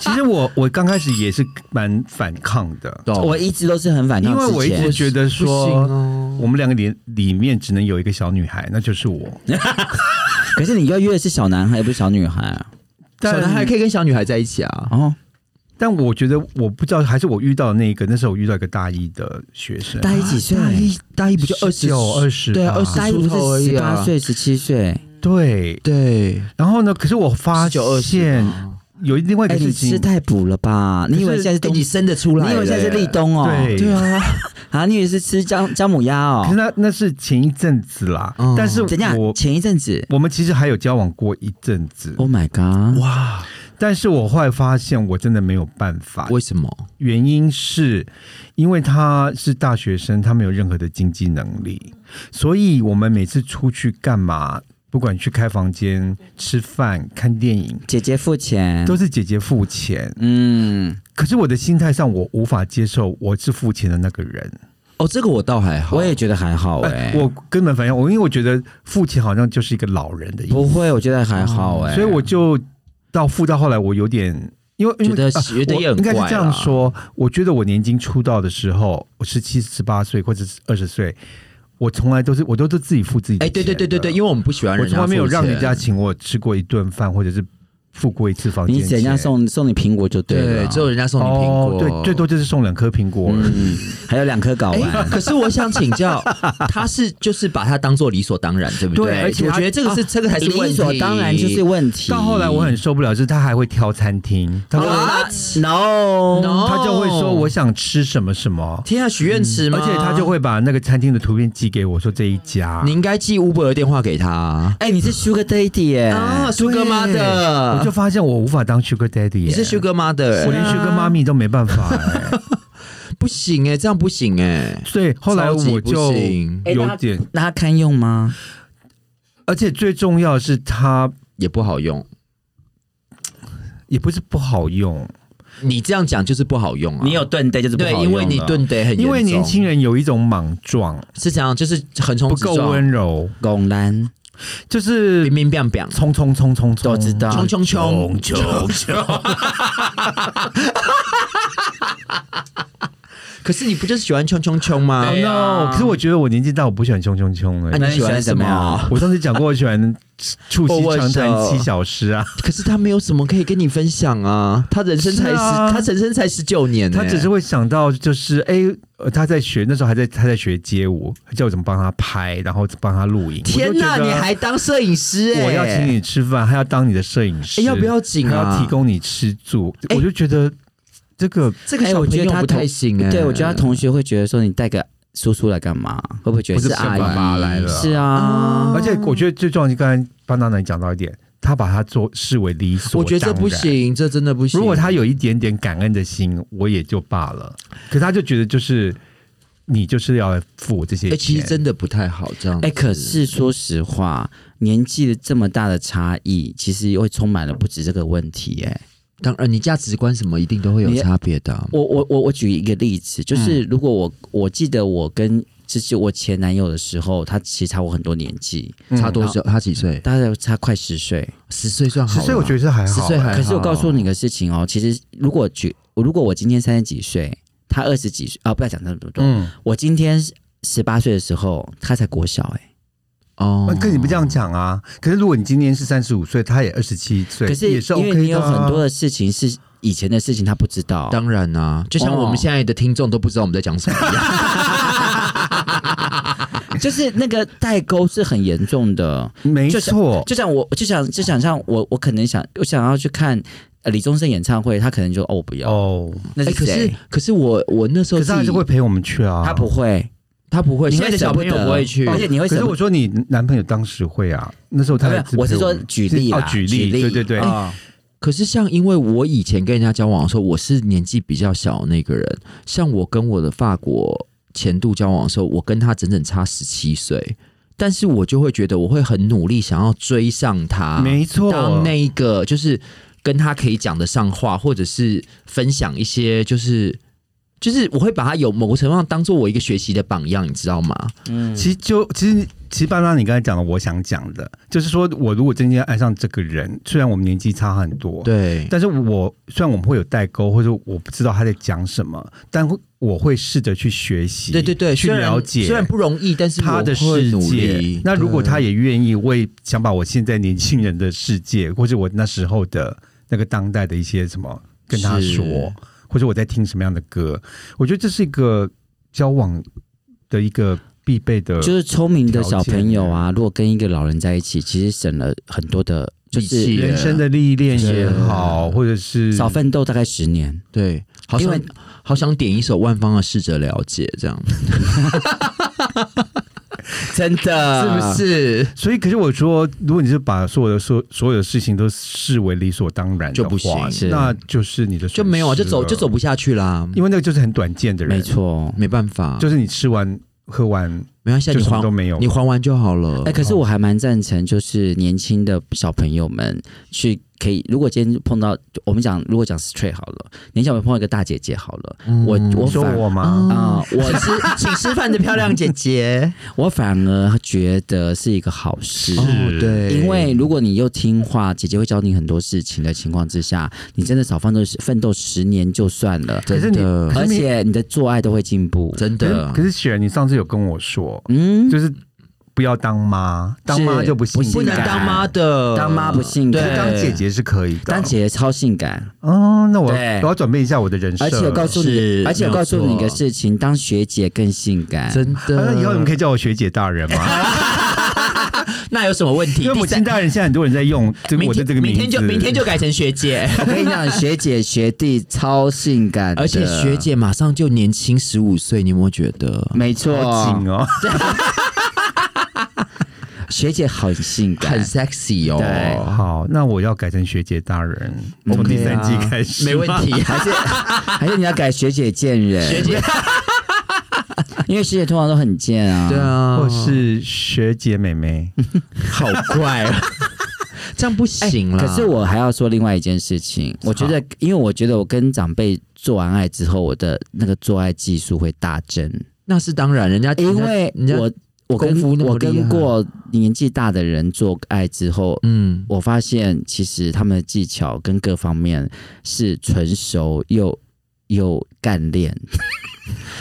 Speaker 1: 其实我我刚开始也是蛮反抗的，
Speaker 2: 懂
Speaker 3: 我一直都是很反
Speaker 1: 因
Speaker 3: 抗之
Speaker 1: 为
Speaker 3: 前，
Speaker 1: 我一直觉得说
Speaker 2: 不行哦
Speaker 1: 我们两个里里面只能有一个小女孩，那就是我。
Speaker 3: 可是你要约的是小男孩，不是小女孩啊。
Speaker 2: 小男孩
Speaker 1: 但
Speaker 2: 可以跟小女孩在一起啊。
Speaker 3: 哦，
Speaker 1: 但我觉得我不知道，还是我遇到的那个，那时候我遇到一个大一的学生，
Speaker 3: 大一
Speaker 2: 啊
Speaker 3: 几岁？
Speaker 2: 大一大一不就二十
Speaker 1: 九、二十，
Speaker 2: 对啊二十
Speaker 3: 大一
Speaker 2: 出
Speaker 3: 不
Speaker 2: 头而
Speaker 3: 是
Speaker 2: 已
Speaker 3: 十
Speaker 2: 啊
Speaker 3: 八岁、十七岁？
Speaker 1: 对。
Speaker 2: 对，
Speaker 1: 然后呢？可是我发
Speaker 2: 19-20
Speaker 1: 现，有另外一
Speaker 3: 哎、
Speaker 1: 个
Speaker 3: 你
Speaker 1: 事
Speaker 3: 吃
Speaker 1: 情，
Speaker 3: 太补了吧？你以为
Speaker 1: 可是
Speaker 3: 现在是
Speaker 2: 哎
Speaker 3: 冬？
Speaker 2: 你生得出来
Speaker 3: 你以
Speaker 2: 了耶，
Speaker 3: 为现在是立冬哦？
Speaker 1: 对
Speaker 2: 对啊，
Speaker 3: 啊， *laughs* 你以为是吃姜姜母鸭
Speaker 1: 可是
Speaker 3: 哦？
Speaker 1: 那那是前一阵子啦，
Speaker 2: 哦
Speaker 1: 但是
Speaker 3: 等一下
Speaker 1: 我，
Speaker 3: 前一阵子
Speaker 1: 我们其实还有交往过一阵子，
Speaker 3: ，Oh my god！
Speaker 2: 哇，
Speaker 1: 但是我后来发现我真的没有办法，
Speaker 2: 为什么？
Speaker 1: 原因是因为他是大学生，他没有任何的经济能力，所以我们每次出去干嘛，不管去开房间、吃饭、看电影，
Speaker 3: 姐姐付钱，
Speaker 1: 都是姐姐付钱。
Speaker 3: 嗯，
Speaker 1: 可是我的心态上，我无法接受我是付钱的那个人。
Speaker 2: 哦，这个我倒还好，
Speaker 3: 我也觉得还好哎、
Speaker 1: 我根本反正我因为我觉得付钱好像就是一个老人的意思，
Speaker 3: 不会，我觉得还好哎、
Speaker 1: 所以我就到付到后来，我有点。因为因为
Speaker 2: 觉得
Speaker 1: 啊
Speaker 2: 觉得也
Speaker 1: 我
Speaker 2: 很
Speaker 1: 应该是
Speaker 2: 怪
Speaker 1: 这样
Speaker 2: 啦
Speaker 1: 说，我觉得我年轻出道的时候，我十七、十八岁或者是二十岁，我从来都是我都是自己付自己的
Speaker 2: 哎，对对对对对，因
Speaker 1: 为
Speaker 2: 为我们不喜欢
Speaker 1: 我
Speaker 2: 人家
Speaker 1: 从来没有
Speaker 2: 付
Speaker 1: 让
Speaker 2: 钱
Speaker 1: 人家请我吃过一顿饭，或者是付过一次房间
Speaker 3: 你
Speaker 1: 钱。
Speaker 3: 人家送送你苹果就对了，
Speaker 2: 对，只有人家送你苹
Speaker 1: 哦
Speaker 2: 果，，
Speaker 1: 对，最多就是送两颗苹果而已。
Speaker 3: 嗯，还有两颗睾丸。
Speaker 2: 哎，可是我想请
Speaker 1: *laughs*
Speaker 2: 教，他是就是把它当做理所当然，对不
Speaker 1: 对而且
Speaker 2: 我
Speaker 1: 他啊
Speaker 2: 觉得这个是这个才是问
Speaker 3: 啊理
Speaker 2: 题
Speaker 3: 所当然就是问题。
Speaker 1: 到后来我很受不了，就是他还会挑餐厅，他说、
Speaker 3: 啊，no，,
Speaker 2: No
Speaker 1: 嗯他就会说我想吃什么什么，
Speaker 2: 天啊，许愿池吗？
Speaker 1: 而且他就啊会把那个餐厅的图片寄给我说这一家。
Speaker 2: 你应该寄 Uber 的电话给
Speaker 1: 啊
Speaker 2: 他
Speaker 3: 哎、你是 Sugar Daddy 耶、
Speaker 2: 啊，Sugar
Speaker 1: 我
Speaker 2: Mother，
Speaker 1: 就发现我无法当 Sugar Daddy，耶
Speaker 2: 你是 Sugar 啊 Mother，
Speaker 1: 我连 Sugar 妈咪都没办
Speaker 2: *laughs*
Speaker 1: 法、哎
Speaker 2: 不行哎，这样不行哎，
Speaker 1: 所以后来我
Speaker 2: 超
Speaker 1: 就
Speaker 2: 级不行
Speaker 1: 有点，
Speaker 3: 那他堪用吗？
Speaker 1: 而且最重要的是它
Speaker 2: 也不好用。
Speaker 1: 也不是不好用，
Speaker 2: 你这样讲就是不好用啊，
Speaker 3: 你有盾杯就是不好
Speaker 2: 对，因
Speaker 3: 用
Speaker 2: 为你
Speaker 3: 了
Speaker 2: 盾得很严重，
Speaker 1: 因为年轻人有一种莽撞，
Speaker 2: 是这样，就是横冲
Speaker 1: 不
Speaker 2: 直
Speaker 1: 够
Speaker 2: 撞，
Speaker 1: 温柔，
Speaker 3: 拱蓝，
Speaker 1: 就是
Speaker 2: 冰冰冰冰，
Speaker 1: 冲冲冲冲冲，
Speaker 3: 都知道
Speaker 2: 冲冲
Speaker 1: 冲
Speaker 2: 冲
Speaker 1: 冲。
Speaker 2: *laughs* 可是你不就是喜欢冲冲冲吗？
Speaker 3: 对啊
Speaker 1: no，可是我觉得我年纪大，我不喜欢冲冲冲了。
Speaker 2: 那
Speaker 3: 那
Speaker 2: 你
Speaker 3: 你
Speaker 2: 喜欢
Speaker 3: 喜欢
Speaker 2: 什
Speaker 3: 什么
Speaker 2: 么
Speaker 3: 啊？
Speaker 1: 我上次讲过，我喜欢促膝长
Speaker 2: 握
Speaker 1: 谈
Speaker 2: 握手
Speaker 1: 七小时啊。
Speaker 2: 可是他没有什么可以跟你分享啊，他人生才十，
Speaker 1: 是啊
Speaker 2: 他人生才十九年、欸，
Speaker 1: 他只是会想到，就是哎、呃他在学那时候还在他在学街舞，叫我怎么帮他拍，然后帮他录影。
Speaker 2: 天
Speaker 1: 哪，
Speaker 2: 你还当摄影师、欸？
Speaker 1: 我要请你吃饭，还要当你的摄影师，
Speaker 2: 哎要不要紧
Speaker 1: 还
Speaker 2: 啊
Speaker 1: 要提供你吃住，
Speaker 2: 哎
Speaker 1: 我就觉得这个
Speaker 2: 这个
Speaker 3: 哎
Speaker 2: 小
Speaker 3: 我
Speaker 2: 朋
Speaker 3: 觉得
Speaker 2: 友
Speaker 3: 他
Speaker 2: 不太
Speaker 3: 同
Speaker 2: 行、欸，
Speaker 3: 对我觉得他同学会觉得说你带个叔叔来干嘛？会不会觉得
Speaker 1: 不是
Speaker 3: 阿
Speaker 1: 爸爸
Speaker 3: 姨？
Speaker 1: 来了啊
Speaker 3: 是
Speaker 2: 哦
Speaker 3: 啊，
Speaker 1: 而且我觉得最重要，就刚才班长奶讲到一点，他把他做视为理所，
Speaker 2: 我觉得这不。行，这真的不行。
Speaker 1: 如果他有一点点感恩的心，我也就罢了。可他就觉得就是你就是要来付我这些
Speaker 2: 哎、
Speaker 1: 钱，
Speaker 2: 其实真的不太好这样子。
Speaker 3: 哎、可是说实话，年纪的这么大的差异，其实会充满了不止这个问题、哎，
Speaker 2: 当然，你价值观什么一定都会有
Speaker 3: 你
Speaker 2: 差别的啊。
Speaker 3: 我我我我举一个例子，就是如果我我记得我跟就是我前男友的时候，他其实差我很多年纪，
Speaker 2: 差多少？他几岁？
Speaker 3: 嗯大概差快十岁。
Speaker 2: 十岁算好
Speaker 1: 十
Speaker 2: 了。
Speaker 1: 岁我觉得是还
Speaker 2: 十
Speaker 1: 好啊欸
Speaker 2: 岁，还好。啊
Speaker 3: 可是我告诉你个事情哦，其实如果举如果我今天三十几岁，他二十几岁啊，不要讲这么多。
Speaker 1: 嗯，
Speaker 3: 我今天十八岁的时候，他才国小哎、
Speaker 2: 哦，
Speaker 1: 可你不这样讲啊！可是如果你今年是三十五岁，他也二十七岁，
Speaker 3: 可是
Speaker 1: 也是
Speaker 3: 因
Speaker 1: OK
Speaker 3: 为
Speaker 1: 的啊、
Speaker 3: 你有很多的事情是以前的事情，他不知道。
Speaker 2: 当然啊哦啦、就像我们现在的听众都不知道我们在讲什么 *laughs* 一样。
Speaker 3: 就是那个代沟是很严重的。
Speaker 1: 没
Speaker 3: 就是
Speaker 1: 错，
Speaker 3: 就像我，就想就想像我，我可能想我想要去看呃李宗盛演唱会，他可能就哦我不要。
Speaker 1: 哦，
Speaker 3: 那
Speaker 2: 哎
Speaker 3: 是
Speaker 2: 可
Speaker 3: 谁
Speaker 2: 是可是我我那时候
Speaker 1: 可是他
Speaker 2: 自
Speaker 1: 还
Speaker 2: 己
Speaker 1: 是会陪我们去啊。
Speaker 3: 他不会，
Speaker 2: 他不会，
Speaker 3: 你
Speaker 2: 哦现
Speaker 3: 会
Speaker 2: 在的小朋友
Speaker 3: 舍不得
Speaker 2: 不会去。
Speaker 3: 而且你会
Speaker 1: 可
Speaker 3: 舍
Speaker 1: 是
Speaker 3: 不
Speaker 1: 我说你男朋友当时会啊，那时候他
Speaker 3: 没有
Speaker 1: 还
Speaker 3: 我是
Speaker 1: 陪
Speaker 3: 说
Speaker 1: 们
Speaker 3: 举例
Speaker 1: 哦
Speaker 3: 啦，
Speaker 1: 举例，对对对，
Speaker 3: 啊
Speaker 2: 可是像因为我以前跟人家交往的时候，我是年纪比较小的那个人，像我跟我的法国前度交往的时候，我跟他整整差十七岁。但是我就会觉得我会很努力，想要追上他，
Speaker 1: 没错
Speaker 2: 当那一个就是跟他可以讲得上话，或者是分享一些就是就是我会把他有某个程度上当做我一个学习的榜样，你知道吗？
Speaker 3: 嗯，
Speaker 1: 其实就其实其实，班拉，你刚才讲的，我想讲的，就是说我如果真的爱上这个人，虽然我们年纪差很多，
Speaker 2: 对，
Speaker 1: 但是我虽然我们会有代沟，或者我不知道他在讲什么，但会我会试着去学习，
Speaker 2: 对对对，
Speaker 1: 去
Speaker 2: 虽然
Speaker 1: 了解，
Speaker 2: 虽然不容易，但是
Speaker 1: 他的
Speaker 2: 我会
Speaker 1: 世
Speaker 2: 努
Speaker 1: 界
Speaker 2: 力。
Speaker 1: 那如果
Speaker 2: 对
Speaker 1: 他也愿意，我也想把我现在年轻人的世界，或者我那时候的那个当代的一些什么跟他
Speaker 2: 是
Speaker 1: 说，或者我在听什么样的歌，我觉得这是一个交往的一个必备的，
Speaker 3: 就是聪明的小朋友啊，如果跟一个老人在一起，其实省了很多的就
Speaker 2: 力气
Speaker 3: 是
Speaker 2: 对
Speaker 1: 人生的历练也好，或者是
Speaker 3: 少奋斗大概十年。
Speaker 2: 对，嗯好
Speaker 3: 因
Speaker 2: 想
Speaker 3: 为
Speaker 2: 好想点一首万芳的《试着了解》这样， *laughs* 真的是不是
Speaker 1: 所以，可是我说，如果你是把所有的所所有的事情都视为理所当然的话，
Speaker 2: 就不行是
Speaker 1: 那就是你的
Speaker 2: 就没有啊？就
Speaker 1: 损失
Speaker 2: 走
Speaker 1: 了
Speaker 2: 就走，不下去啦，
Speaker 1: 因为那个就是很短见的人，
Speaker 3: 没，错。
Speaker 2: 没办法，
Speaker 1: 就是你吃完喝完
Speaker 2: 没关系啊，
Speaker 1: 就
Speaker 2: 你
Speaker 1: 什么都
Speaker 2: 还
Speaker 1: 没有
Speaker 2: 你。还完就好了
Speaker 3: 哎、。可是我还蛮赞成，就是年轻的小朋友们去可以，如果今天碰到我们讲，如果讲 straight 好了，年轻小朋友碰到一个大姐姐好了，我我
Speaker 1: 你说
Speaker 3: 反
Speaker 1: 我
Speaker 2: 嗯
Speaker 1: 吗？
Speaker 3: 啊、我
Speaker 2: 吃， *laughs* 请吃饭的漂亮姐 *laughs* 姐。
Speaker 3: 我反而觉得是一个好事。
Speaker 1: 是
Speaker 2: 哦对，
Speaker 3: 因为如果你又听话，姐姐会教你很多事情的情况之下，你真的少奋斗奋斗十年就算了，
Speaker 1: 可是你
Speaker 2: 真的
Speaker 1: 可
Speaker 3: 而
Speaker 1: 是你
Speaker 3: 且你的做爱都会进步。
Speaker 2: 真
Speaker 1: 可
Speaker 2: 的
Speaker 1: 是可是雪儿，你上次有跟我说，
Speaker 3: 嗯，
Speaker 1: 就是不要当妈，当妈就不性
Speaker 3: 不
Speaker 2: 不
Speaker 1: 感
Speaker 2: 能当妈的，
Speaker 3: 当妈不性
Speaker 1: 可
Speaker 3: 感
Speaker 1: 是当姐姐是可以的。
Speaker 3: 当姐姐超性感，
Speaker 1: 哦，那我
Speaker 3: 对
Speaker 1: 我要准备一下我的人设。
Speaker 3: 而且我告诉你
Speaker 2: 是，
Speaker 3: 而且我告诉
Speaker 2: 没
Speaker 3: 你
Speaker 2: 有
Speaker 3: 一
Speaker 2: 错
Speaker 3: 个事情，当学姐更性感。
Speaker 2: 真
Speaker 1: 啊
Speaker 2: 的。
Speaker 1: 那以后你们可以叫我学姐大人
Speaker 2: *laughs*
Speaker 1: 吗？
Speaker 2: 那有什么问题？
Speaker 1: 因为母
Speaker 2: 第三
Speaker 1: 亲大人现在很多人在用这个
Speaker 2: 明
Speaker 1: 我的
Speaker 2: 天
Speaker 1: 这个名
Speaker 2: 明
Speaker 1: 字，
Speaker 2: 天就明天就改成学姐，
Speaker 3: 我跟你讲，学姐学弟超性感
Speaker 2: *laughs*
Speaker 3: 的，
Speaker 2: 而且学姐马上就年轻十五岁，你有没有觉得？
Speaker 3: 没错
Speaker 1: 紧，哦。
Speaker 3: 学姐很性
Speaker 2: 很
Speaker 3: 感，
Speaker 2: sexy 哦，
Speaker 1: 好，那我要改成学姐大人，从第三季开始，
Speaker 2: 啊没问。题。啊
Speaker 3: 还是还是你要改学姐见人，
Speaker 2: 学姐，
Speaker 3: 因为学姐通常都很贱啊。
Speaker 2: 对，啊，
Speaker 1: 或是学姐妹妹，
Speaker 2: 好怪啊，这样不行啦。
Speaker 3: 哎可是我还要说另外一件事情，我觉得，因为我觉得我跟长辈做完爱之后，我的那个做爱技术会大增，
Speaker 2: 那是当然，人家
Speaker 3: 因为
Speaker 2: 人家
Speaker 3: 我我
Speaker 2: 功
Speaker 3: 跟
Speaker 2: 夫那么
Speaker 3: 我
Speaker 2: 厉害
Speaker 3: 跟过年纪大的人做爱之后，
Speaker 2: 嗯，
Speaker 3: 我发现其实他们的技巧跟各方面是纯熟又又干练，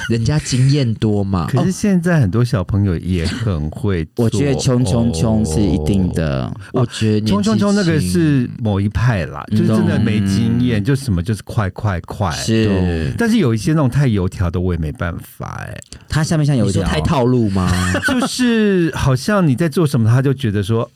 Speaker 2: 人家经验多嘛。
Speaker 1: 可是现在很多小朋友也很会做。哦
Speaker 3: 啊哦我觉得冲冲冲是一定的。
Speaker 2: 我觉得年纪
Speaker 1: 冲冲冲那个
Speaker 2: 轻
Speaker 1: 是某一派啦，
Speaker 3: 嗯
Speaker 1: 就是真的没经验，就什么就是快快快。
Speaker 3: 是，
Speaker 1: 但是有一些那种太油条的，我也没办法
Speaker 3: *laughs*
Speaker 1: 哎、
Speaker 3: 它下面像有
Speaker 2: 你
Speaker 3: 一
Speaker 2: 说
Speaker 3: 条
Speaker 2: 太套路吗？
Speaker 1: 就是好像你在做什么，他就觉得说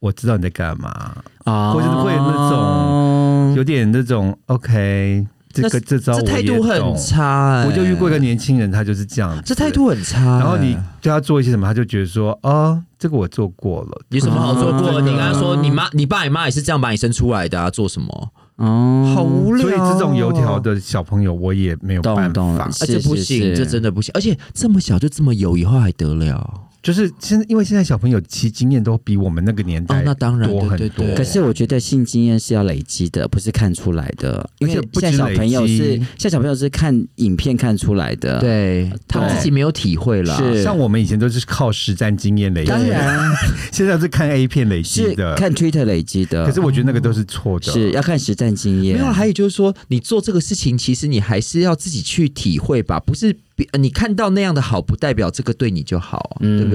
Speaker 1: 我知道你在干嘛，
Speaker 3: *laughs* 啊
Speaker 1: 或者是会有那
Speaker 3: 种
Speaker 1: 有点那种 OK，这个这招
Speaker 2: 这
Speaker 1: 我
Speaker 2: 态
Speaker 1: 也
Speaker 2: 度很
Speaker 1: 懂
Speaker 2: 差、欸，
Speaker 1: 我就遇
Speaker 3: 哎
Speaker 1: 过一个年轻人，他就是这样子，
Speaker 2: 这态。度很差欸、
Speaker 1: 然后你对他做一些什么，他就觉得说，哦，这个我做过了，
Speaker 2: 有什么好做过？
Speaker 3: 啊
Speaker 2: 你跟他说，你妈、你爸、你妈也是这样把你生出来的啊，做什么？
Speaker 3: 哦
Speaker 2: 好无聊、
Speaker 1: 所以这种油条，的小朋友，我也没有
Speaker 3: 懂
Speaker 1: 办
Speaker 3: 懂
Speaker 1: 法。
Speaker 2: 而且不行，
Speaker 3: 是是
Speaker 2: 啊这真的不行。而且这么小就这么油，以后还得了？啊
Speaker 1: 就是现在，因为现在小朋友其实经验都比我们那个年代
Speaker 2: 哦那当然
Speaker 1: 多
Speaker 2: 对
Speaker 1: 很
Speaker 2: 对
Speaker 1: 多
Speaker 2: 对。
Speaker 3: 可是我觉得性经验是要累积的，不是看出来的。因为
Speaker 1: 而且不止
Speaker 3: 现在小朋友
Speaker 1: 累积
Speaker 3: 是现在小朋友是看影片看出来的，，
Speaker 2: 对他们自己没有体会啦。
Speaker 3: 是
Speaker 1: 像我们以前都是靠实战经验累积，
Speaker 3: 当然
Speaker 1: *laughs* 现在是看 A 片累积
Speaker 3: 是
Speaker 1: 的。
Speaker 3: 看 Twitter 累积的。
Speaker 1: 可是我觉得那个都是错的，
Speaker 3: 是要看实战经验，
Speaker 2: 啊没有，啊还有就是说，你做这个事情，其实你还是要自己去体会吧，不是别呃你看到那样的好，不代表这个对你就好，
Speaker 3: 嗯
Speaker 2: 对不对？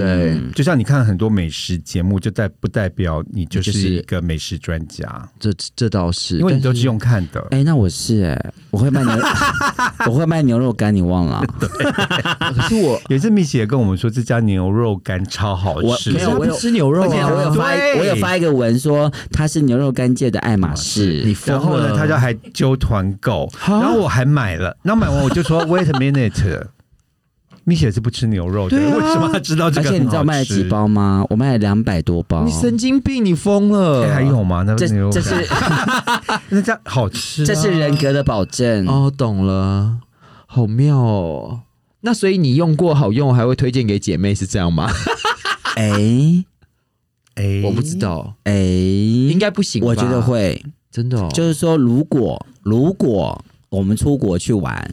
Speaker 1: 就像你看很多美食节目，就代不代表你就
Speaker 2: 就是是
Speaker 1: 一个美食专家？
Speaker 2: 这这倒是，
Speaker 1: 因为你
Speaker 2: 但
Speaker 1: 都是用看的。
Speaker 3: *laughs* 哎、那我是哎、我会卖牛，
Speaker 2: *laughs*
Speaker 3: 我会卖牛肉干，你忘了？
Speaker 2: 可是 *laughs* 我
Speaker 1: 有一次，蜜雪跟我们说这家牛肉干超好吃，
Speaker 3: 我没有
Speaker 2: 他
Speaker 3: 我
Speaker 2: 不吃牛肉
Speaker 3: 而且我有
Speaker 2: 啊，
Speaker 3: 发，
Speaker 1: 对
Speaker 3: 我有发一个文说他是牛肉干界的爱马仕
Speaker 2: 你，
Speaker 1: 然
Speaker 2: 疯
Speaker 1: 后呢，
Speaker 2: 了，
Speaker 1: 他就还揪团购，然后我还买了，然后买完我就
Speaker 2: *laughs*
Speaker 1: 说 Wait a minute，蜜雪是不吃牛肉的，
Speaker 2: 对啊
Speaker 1: 为什么他知道这
Speaker 3: 而
Speaker 1: 个？
Speaker 3: 且你知道卖了几？包吗？我卖了两百多包
Speaker 2: 你。神经病，你疯了，
Speaker 1: 哎还有吗？那
Speaker 3: 这
Speaker 1: 牛肉
Speaker 3: 这
Speaker 1: 干
Speaker 3: 是
Speaker 1: 那家好吃啊，
Speaker 3: *laughs* 这是人格的保证，
Speaker 2: 哦，懂了，好妙哦。那所以你用过好用，还会推荐给姐妹是这样吗？
Speaker 3: 哎
Speaker 1: 哎，
Speaker 2: 我不知，道，
Speaker 3: 哎，
Speaker 2: 应该不行吧。
Speaker 3: 我觉得会，
Speaker 2: 真的、哦，
Speaker 3: 就是说，如果如果我们出国去玩，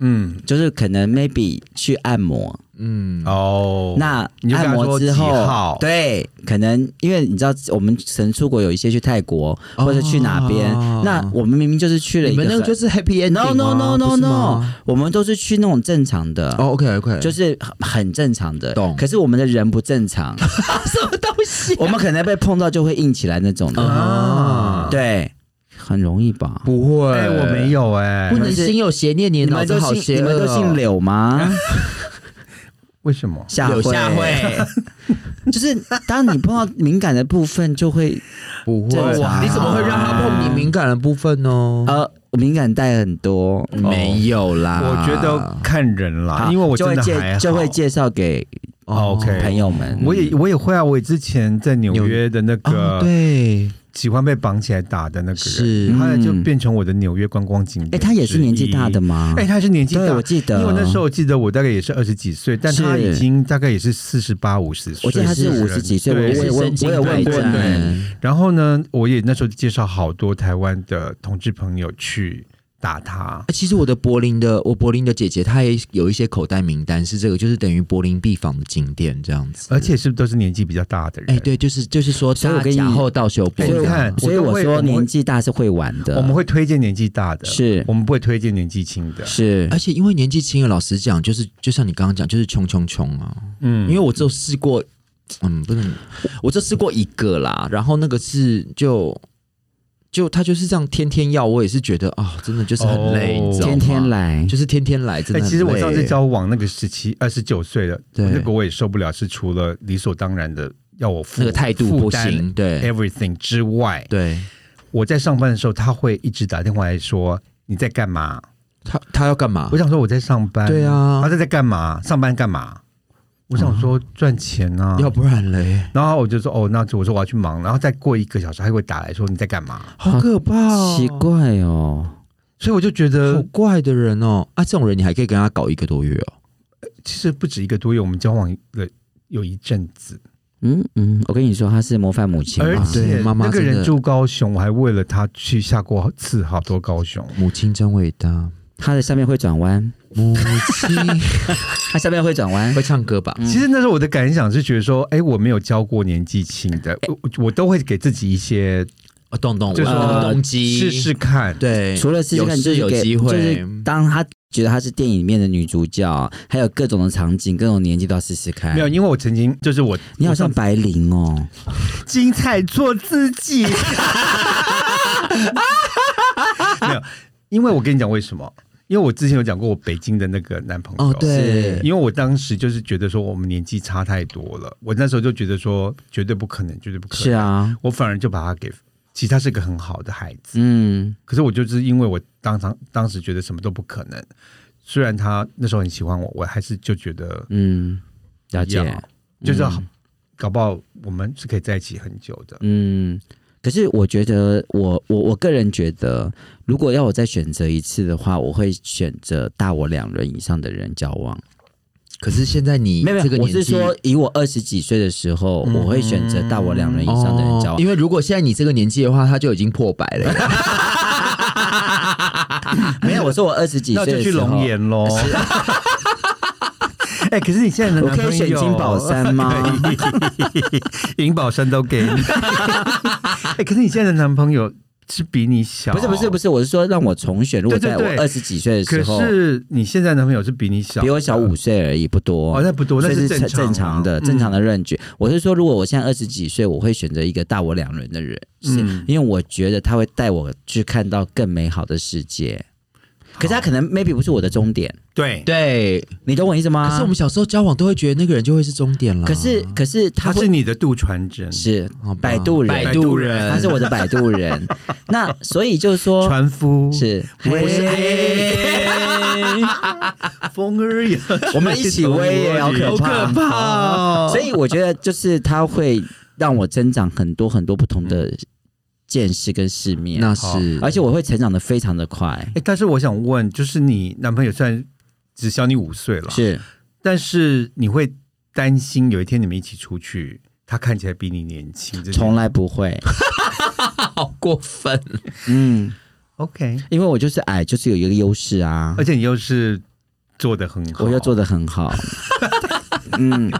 Speaker 1: 嗯，
Speaker 3: 就是可能 maybe 去按摩，
Speaker 2: 嗯，
Speaker 1: 哦，
Speaker 3: 那
Speaker 1: 你就跟他
Speaker 3: 按摩
Speaker 1: 说
Speaker 3: 之
Speaker 1: 几号
Speaker 3: 后，对，可能因为你知道，我们曾出国有一些去泰国或者去哪边，
Speaker 2: 哦
Speaker 3: 那我们明明就是去了一
Speaker 2: 你
Speaker 3: 个
Speaker 2: 们
Speaker 3: 很，
Speaker 2: 那个就是 happy ending 啊
Speaker 3: no no
Speaker 2: 不
Speaker 3: no no
Speaker 2: 是
Speaker 3: no，
Speaker 2: 吗
Speaker 3: 我们都是去那种正常的，
Speaker 2: 哦，OK OK，
Speaker 3: 就是很很正常的，
Speaker 2: 懂
Speaker 3: 可是我们的人不正
Speaker 2: *laughs*
Speaker 3: 常，
Speaker 2: 什么东西
Speaker 3: 我们可能被碰到就会硬起来那种的，
Speaker 2: 啊？
Speaker 3: 对，很容易吧？
Speaker 2: 不会，
Speaker 1: 哎，我没，有哎
Speaker 2: 不，能心有邪念，你
Speaker 3: 你
Speaker 2: 的脑
Speaker 3: 们
Speaker 2: 子
Speaker 3: 都
Speaker 2: 好
Speaker 3: 姓
Speaker 2: 邪
Speaker 3: 你们
Speaker 2: 恶
Speaker 3: 都姓
Speaker 2: 哦。
Speaker 3: 柳吗？
Speaker 1: 为什么？
Speaker 3: 下
Speaker 2: 有下
Speaker 3: 会， *laughs* 就是当你碰到敏感的部分，就会
Speaker 2: 不会啊
Speaker 3: 正常
Speaker 2: 你怎么会让他碰你敏感的部分
Speaker 1: 哦
Speaker 2: 呢？
Speaker 3: 呃敏感带很多，
Speaker 2: 没有啦，
Speaker 1: 我觉
Speaker 2: 哦
Speaker 1: 得看人啦，
Speaker 3: 啊好
Speaker 1: 哦啊因为我
Speaker 3: 就
Speaker 1: 真
Speaker 3: 会
Speaker 1: 的还
Speaker 3: 介
Speaker 1: 好
Speaker 3: 就会介绍给
Speaker 1: 哦 OK
Speaker 3: 朋友们。
Speaker 1: 我也我也会啊，我之前在纽约的那
Speaker 2: 哦，
Speaker 1: 个
Speaker 2: 对，
Speaker 1: 喜欢被绑起来打的那个
Speaker 2: 是
Speaker 1: 人，后来就
Speaker 3: 嗯
Speaker 1: 变成我的纽约观光景点之
Speaker 3: 哎，
Speaker 1: 一。
Speaker 3: 他也是年纪大的吗？
Speaker 1: 哎，他是年纪
Speaker 3: 嗯对，
Speaker 1: 大
Speaker 3: 我，记得，
Speaker 1: 因为那时候我记得我大概也是二十几岁，但他
Speaker 3: 是
Speaker 1: 已经大概也是四十八、五十岁。
Speaker 3: 我记得他是五十几岁，我
Speaker 1: 对
Speaker 3: 我
Speaker 2: 是
Speaker 3: 我
Speaker 2: 神经
Speaker 3: 我有问
Speaker 1: 对
Speaker 3: 过
Speaker 1: 对
Speaker 3: 你，
Speaker 1: 然后呢，我也那时候介绍好多台湾的同志朋友去打他。
Speaker 2: 其实我的柏林的，我柏林的姐姐，她也有一些口袋名单，是这个，就是等于柏林必访的景点这样子。
Speaker 1: 而，且是不是都是年纪比较大的人？
Speaker 2: 哎、对，就是就是说，
Speaker 3: 所以我
Speaker 2: 大
Speaker 3: 跟你
Speaker 2: 假后到修柏
Speaker 1: 哎
Speaker 2: 林，
Speaker 1: 你看
Speaker 3: 所以
Speaker 1: 我都
Speaker 3: 我
Speaker 1: 会我
Speaker 3: 说
Speaker 1: 们会
Speaker 3: 年纪大是会玩的，
Speaker 1: 我们会推荐年纪大的，
Speaker 3: 是
Speaker 1: 我们不会推荐年纪轻的。
Speaker 3: 是
Speaker 2: 而且因为年纪轻了，老实讲，就是就像你刚刚讲，就是穷穷穷啊。
Speaker 1: 嗯
Speaker 2: 因为我只有试过，嗯，不能，我只试过一个啦。然后那个是就就他就是这样天天要，我也是觉得啊、真的就是很累，
Speaker 1: 哦
Speaker 2: 你知道吗
Speaker 3: 天天来，
Speaker 2: 就是天天来，真
Speaker 1: 哎、
Speaker 2: 的很累、
Speaker 1: 其实我上次交往那个时期，二十九岁了，
Speaker 2: 对
Speaker 1: 那个我也受不了，是除了理所当然的要我负哎
Speaker 2: 那个态度不行，对、
Speaker 1: ，everything 之外，
Speaker 2: 对，
Speaker 1: 我在上班的时候，他会一直打电话来说你在干嘛？
Speaker 2: 他他要干嘛
Speaker 1: 我？想说我在上班，
Speaker 2: 啊对啊
Speaker 1: 他在在干嘛？上班干嘛？我想说赚钱啊，
Speaker 2: 要不然嘞，
Speaker 1: 然后我就说哦，那我说我要去忙，然后再过一个小时，他又会打来说你在干嘛？
Speaker 2: 好可怕哦，
Speaker 3: 奇怪哦，
Speaker 1: 所以我就觉
Speaker 2: 好
Speaker 1: 得，
Speaker 2: 怪的人哦。啊，这种人你还可以跟他搞一个多月哦。
Speaker 1: 其实不止一个多月，我们交往了有一阵子，
Speaker 3: 嗯嗯，我跟你说，她是模范母亲啊
Speaker 1: 而
Speaker 3: 嘛，
Speaker 1: 且
Speaker 2: 啊对妈妈
Speaker 1: 那个
Speaker 2: 真的
Speaker 1: 人住高雄，我还为了他去下过次好多高雄。
Speaker 2: 母亲真伟大，
Speaker 3: 她的下面会转弯，
Speaker 2: 母亲
Speaker 3: 她下面会转弯
Speaker 1: 哎
Speaker 2: 会，唱歌吧？
Speaker 1: 其实那时候我的感想是觉得说，哎、我没有教过年纪轻的，我我都会给自己一些
Speaker 2: 哦，动动我
Speaker 1: 就是呃
Speaker 2: 的动机，
Speaker 1: 试试看。
Speaker 2: 对，
Speaker 3: 除了试试
Speaker 2: 有
Speaker 3: 看，就是是
Speaker 2: 有
Speaker 3: 给
Speaker 2: 机会，
Speaker 3: 就是当她觉得她是电影里面的女主角，还有各种的场景、各种年纪都要试试看
Speaker 1: 没。有，因为我曾经就是我，
Speaker 3: 你好像白灵哦，
Speaker 1: 精彩做自己。 *laughs* 没有，因为我跟你讲为什么？因为我之前有讲过我北京的那个男朋友，
Speaker 2: 哦，对，
Speaker 1: 因为我当时就是觉得说我们年纪差太多了，我那时候就觉得说绝对不可能，绝对不可能。
Speaker 3: 是啊，
Speaker 1: 我反而就把他给，其实他是个很好的孩子，
Speaker 3: 嗯，
Speaker 1: 可是我就是因为我当场当时觉得什么都不可能，虽然他那时候很喜欢我，我还是就觉得
Speaker 3: 嗯，了解
Speaker 1: 一样，就是
Speaker 3: 嗯
Speaker 1: 搞不好我们是可以在一起很久的。
Speaker 3: 嗯，可是我觉得我，我我个人觉得，如果要我再选择一次的话，我会选择大我两轮以上的人交往。
Speaker 2: 可是现在你
Speaker 3: 没有，
Speaker 2: 这个
Speaker 3: 没有我
Speaker 2: 年纪
Speaker 3: 是说，以我二十几岁的时候，
Speaker 1: 嗯
Speaker 3: 我会选择大我两轮以
Speaker 2: 哦
Speaker 3: 上的人交往。
Speaker 2: 因为如果现在你这个年纪的话，他就已经破百了。
Speaker 3: 没有，我说我二十几
Speaker 1: *laughs* 那
Speaker 3: 岁
Speaker 1: 就
Speaker 3: 的
Speaker 1: 去
Speaker 3: 时候
Speaker 1: 龙。岩喽。 *laughs* 哎、可是你现在的
Speaker 3: 我
Speaker 1: 男朋友
Speaker 3: 可以选金宝
Speaker 1: *laughs*
Speaker 3: 山吗？
Speaker 1: 银宝山都给你。 *laughs* 哎、可是你现在的男朋友是比你小，
Speaker 3: 不是不是不
Speaker 1: 是。
Speaker 3: 是，我是说让我重选。如果
Speaker 1: 对
Speaker 3: 在
Speaker 1: 对
Speaker 3: 我
Speaker 1: 对
Speaker 3: 二十几岁的时
Speaker 1: 可
Speaker 3: 候，
Speaker 1: 是你现在的男朋友是比你小，
Speaker 3: 比我小五岁而已，不多。
Speaker 1: 哦，那不多，
Speaker 3: 所
Speaker 1: 那
Speaker 3: 以
Speaker 1: 是
Speaker 3: 正
Speaker 2: 啊
Speaker 1: 常正
Speaker 3: 正常的、
Speaker 2: 嗯
Speaker 3: 正常
Speaker 1: 的。
Speaker 3: 的 range。我是说，如果我现在二十几岁，我会选择一个大我两轮的人，是
Speaker 1: 嗯
Speaker 3: 因为我觉得他会带我去看到更美好的世界。可是他可能 maybe 不是我的终点，
Speaker 1: 对，
Speaker 2: 对，
Speaker 3: 你懂我意思吗？
Speaker 2: 可是我们小时候交往都会觉得那个人就会是终点了。
Speaker 3: 可是可是他
Speaker 1: 他
Speaker 3: 会
Speaker 1: 是你的杜传真，
Speaker 3: 是
Speaker 2: 好吧
Speaker 3: 摆渡人，
Speaker 2: 摆渡人
Speaker 3: 他是我的摆
Speaker 2: *laughs*
Speaker 3: 渡人。那所以就是说，
Speaker 1: 船夫，
Speaker 3: 是
Speaker 1: 喂
Speaker 3: 嘿
Speaker 1: *laughs* 风儿也，
Speaker 3: 我们一起威耶，好可怕，
Speaker 2: 好可怕哦
Speaker 3: 所以我觉得就是它会让我增长很多很多不同的见识跟世面，
Speaker 2: 那是，
Speaker 3: 而且我会成长的非常的快。
Speaker 1: 哎，但是我想问，就是你男朋友虽然只小你五岁了，
Speaker 3: 是，
Speaker 1: 但是你会担心有一天你们一起出去，他看起来比你年轻，这件
Speaker 3: 从来不会。
Speaker 2: 好过分。
Speaker 3: 嗯，
Speaker 1: OK，
Speaker 3: 因为我就是矮，就是有一个优势啊
Speaker 1: 而，且你又是做的很好，
Speaker 3: 我又做的
Speaker 2: *laughs*
Speaker 3: 很好。嗯，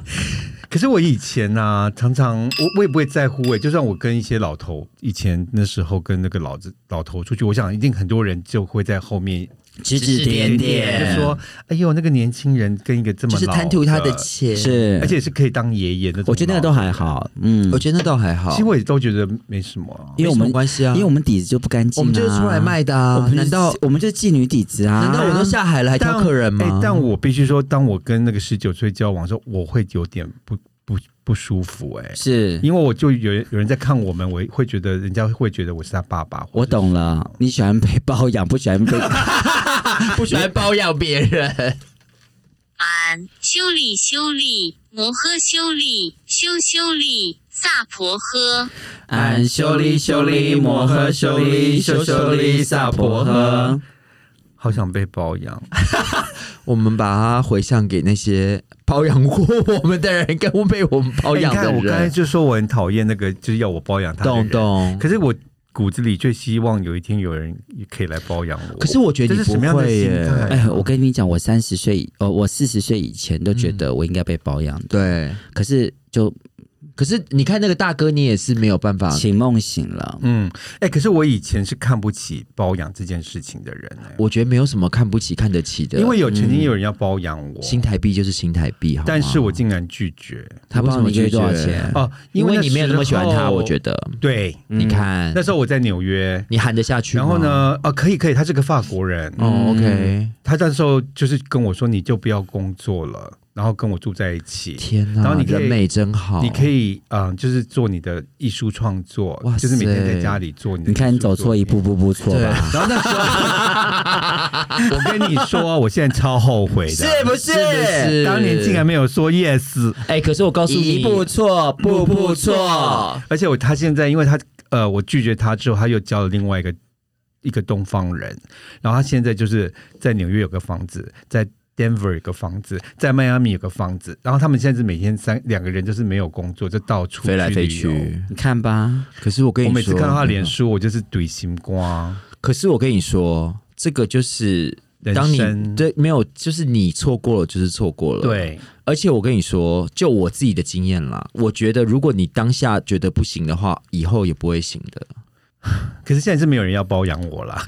Speaker 1: 可是我以前呢、啊，常常我我也不会在乎诶、欸就算我跟一些老头，以前那时候跟那个老子老头出去，我想一定很多人就会在后面
Speaker 3: 指指点点，
Speaker 1: 就说：“哎呦，那个年轻人跟一个这么
Speaker 2: 就
Speaker 1: 老
Speaker 2: 是贪图他的，钱，，
Speaker 3: 是，
Speaker 1: 而且是可以当爷爷的。”
Speaker 3: 我觉得那个都还，好。嗯
Speaker 2: 我，觉得那倒还好，
Speaker 1: 其实我也都觉得没什么啊。
Speaker 3: 因为我
Speaker 2: 没什么
Speaker 3: 们
Speaker 2: 关系啊，
Speaker 3: 因为我们底子就不干净啊，
Speaker 2: 我们就是出来卖的啊
Speaker 3: 我们，就是，
Speaker 2: 难道
Speaker 3: 我们就是妓女底子啊？
Speaker 2: 难道我都下海了还挑客人吗
Speaker 1: 哎
Speaker 2: *laughs*
Speaker 1: 哎？但我必须说，当我跟那个十九岁交往的时候，我会有点不不不舒服哎、
Speaker 3: 是
Speaker 1: 因为我就有人有人在看我们，我会觉得人家会觉得我是他爸爸。
Speaker 3: 我懂了，你喜欢被包养，不喜欢被
Speaker 2: *laughs* 不喜欢包养别人。
Speaker 4: 俺修理修理摩诃修理修修理萨婆诃。
Speaker 3: 俺修理修理摩诃修理修修理萨婆诃。
Speaker 1: 好想被包养，
Speaker 2: 我们把它回向给那些包养过我们的人，跟被我们 *laughs* 包养
Speaker 1: 哎你
Speaker 2: 的
Speaker 1: 看我刚才
Speaker 2: 人。
Speaker 1: 就说我很讨厌那个，就是要我包养他的
Speaker 2: *laughs* 懂
Speaker 1: 人。
Speaker 2: 懂。
Speaker 1: 可是我骨子里最希望有一天有人可以来包养我。
Speaker 2: 可是我觉得
Speaker 1: 这是
Speaker 2: 你不
Speaker 1: 什么样的
Speaker 2: 会
Speaker 1: 心态？
Speaker 2: 耶。
Speaker 3: 哎，我跟你讲，我三十岁以，呃，我四十岁以前都觉得我应该被包养
Speaker 2: 嗯
Speaker 3: 的，
Speaker 2: 对，
Speaker 3: 可是就
Speaker 2: 可是你看那个大哥，你也是没有办法。
Speaker 3: 请梦醒了。
Speaker 1: 嗯，哎、可是我以前是看不起包养这件事情的人、哎
Speaker 2: 我觉得没有什么看不起、看得嗯起的，
Speaker 1: 因为有曾经有人要包养我，
Speaker 2: 新台币就是新台币，好吗
Speaker 1: 但是我竟然拒绝
Speaker 3: 他
Speaker 2: 为什
Speaker 3: 帮
Speaker 2: 么
Speaker 3: 你
Speaker 2: 拒
Speaker 3: 约多少
Speaker 2: 绝
Speaker 3: 钱？
Speaker 1: 哦，
Speaker 2: 嗯因
Speaker 1: 为
Speaker 2: 为你没有那么喜欢他，我觉
Speaker 1: 得
Speaker 2: 得。
Speaker 1: 对。
Speaker 2: 你看
Speaker 1: 嗯那，时候我在纽约，
Speaker 2: 你喊得下去吗？
Speaker 1: 然后？呢，啊，可以可以，他是个法国人，
Speaker 2: 哦，OK，
Speaker 1: 他那时候就是跟我说，你就不要工作了，然后跟我住在一起，
Speaker 2: 天哪，
Speaker 1: 然后你可
Speaker 2: 人
Speaker 1: 以
Speaker 2: 美真好，
Speaker 1: 你可以嗯、就是做你的艺术创作
Speaker 2: 哇，
Speaker 1: 就是每天
Speaker 2: 塞
Speaker 1: 在家里做你的。
Speaker 3: 你看你走错一步，。步步错
Speaker 2: 对
Speaker 3: 吧？
Speaker 1: 然后那时候，我跟你说，我现在超后
Speaker 2: *laughs*
Speaker 1: 悔的，
Speaker 3: 是不
Speaker 2: 是
Speaker 3: 是？
Speaker 2: 不是
Speaker 1: 当年竟然没有说 yes，
Speaker 2: 哎，可是我告诉你，
Speaker 3: 一步错，步步错。，
Speaker 1: 而且我他现在，因为他呃，我拒绝他之后，他又交了另外一个一个东方人，然后他现在就是在纽约有个房子，在 Denver 有个房子，在迈阿密有个房子，然后他们现在是每天三两个人就是没有工作，就到处
Speaker 2: 飞来
Speaker 1: 去
Speaker 2: 飞
Speaker 1: 旅游。
Speaker 2: 去。
Speaker 3: 你看吧，
Speaker 2: 可是我跟你
Speaker 1: 哦我
Speaker 2: 说，嗯
Speaker 1: 每次看到他脸书，我就是怼心瓜。
Speaker 2: 可是我跟你说，这个就是
Speaker 1: 人
Speaker 2: 当你
Speaker 1: 生
Speaker 2: 对没有，就是你错过了，就是错过了。，
Speaker 1: 对，
Speaker 2: 而且我跟你说，就我自己的经验啦，我觉得如果你当下觉得不行的话，以后也不会行的。
Speaker 1: 可是现在是没有人要包养我啦。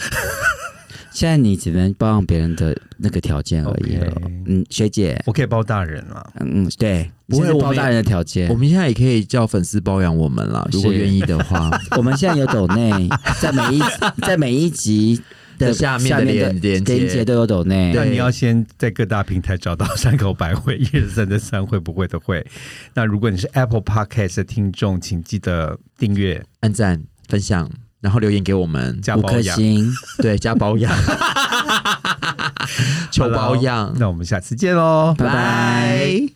Speaker 3: 现在你只能包养别人的那个条件而已了
Speaker 1: OK。
Speaker 3: 嗯，学姐，
Speaker 1: 我可以包大人啦。
Speaker 3: 嗯，对，
Speaker 2: 不会
Speaker 3: 你现在
Speaker 2: 我
Speaker 3: 包
Speaker 2: 们
Speaker 3: 大人的条件
Speaker 2: 我。们现在也可以叫粉丝包养我们啦，如果
Speaker 3: 是
Speaker 2: 愿意的话。 *laughs*
Speaker 3: 我们现在有抖内，在每一在每一集的
Speaker 2: 的下面的连连接
Speaker 3: 连接都有抖内。
Speaker 1: 那你要先在各大平台找到山口百惠，一二三的三会不会的会。那如果你是 Apple Podcast 的听众，请记得订阅
Speaker 2: 按赞、分享，然后留言给我们，
Speaker 1: 加
Speaker 3: 五
Speaker 1: 包
Speaker 3: 颗
Speaker 1: 养。
Speaker 3: 星，
Speaker 2: 对，加保养，求保养，
Speaker 1: 那我们下次见喽，
Speaker 3: 拜拜。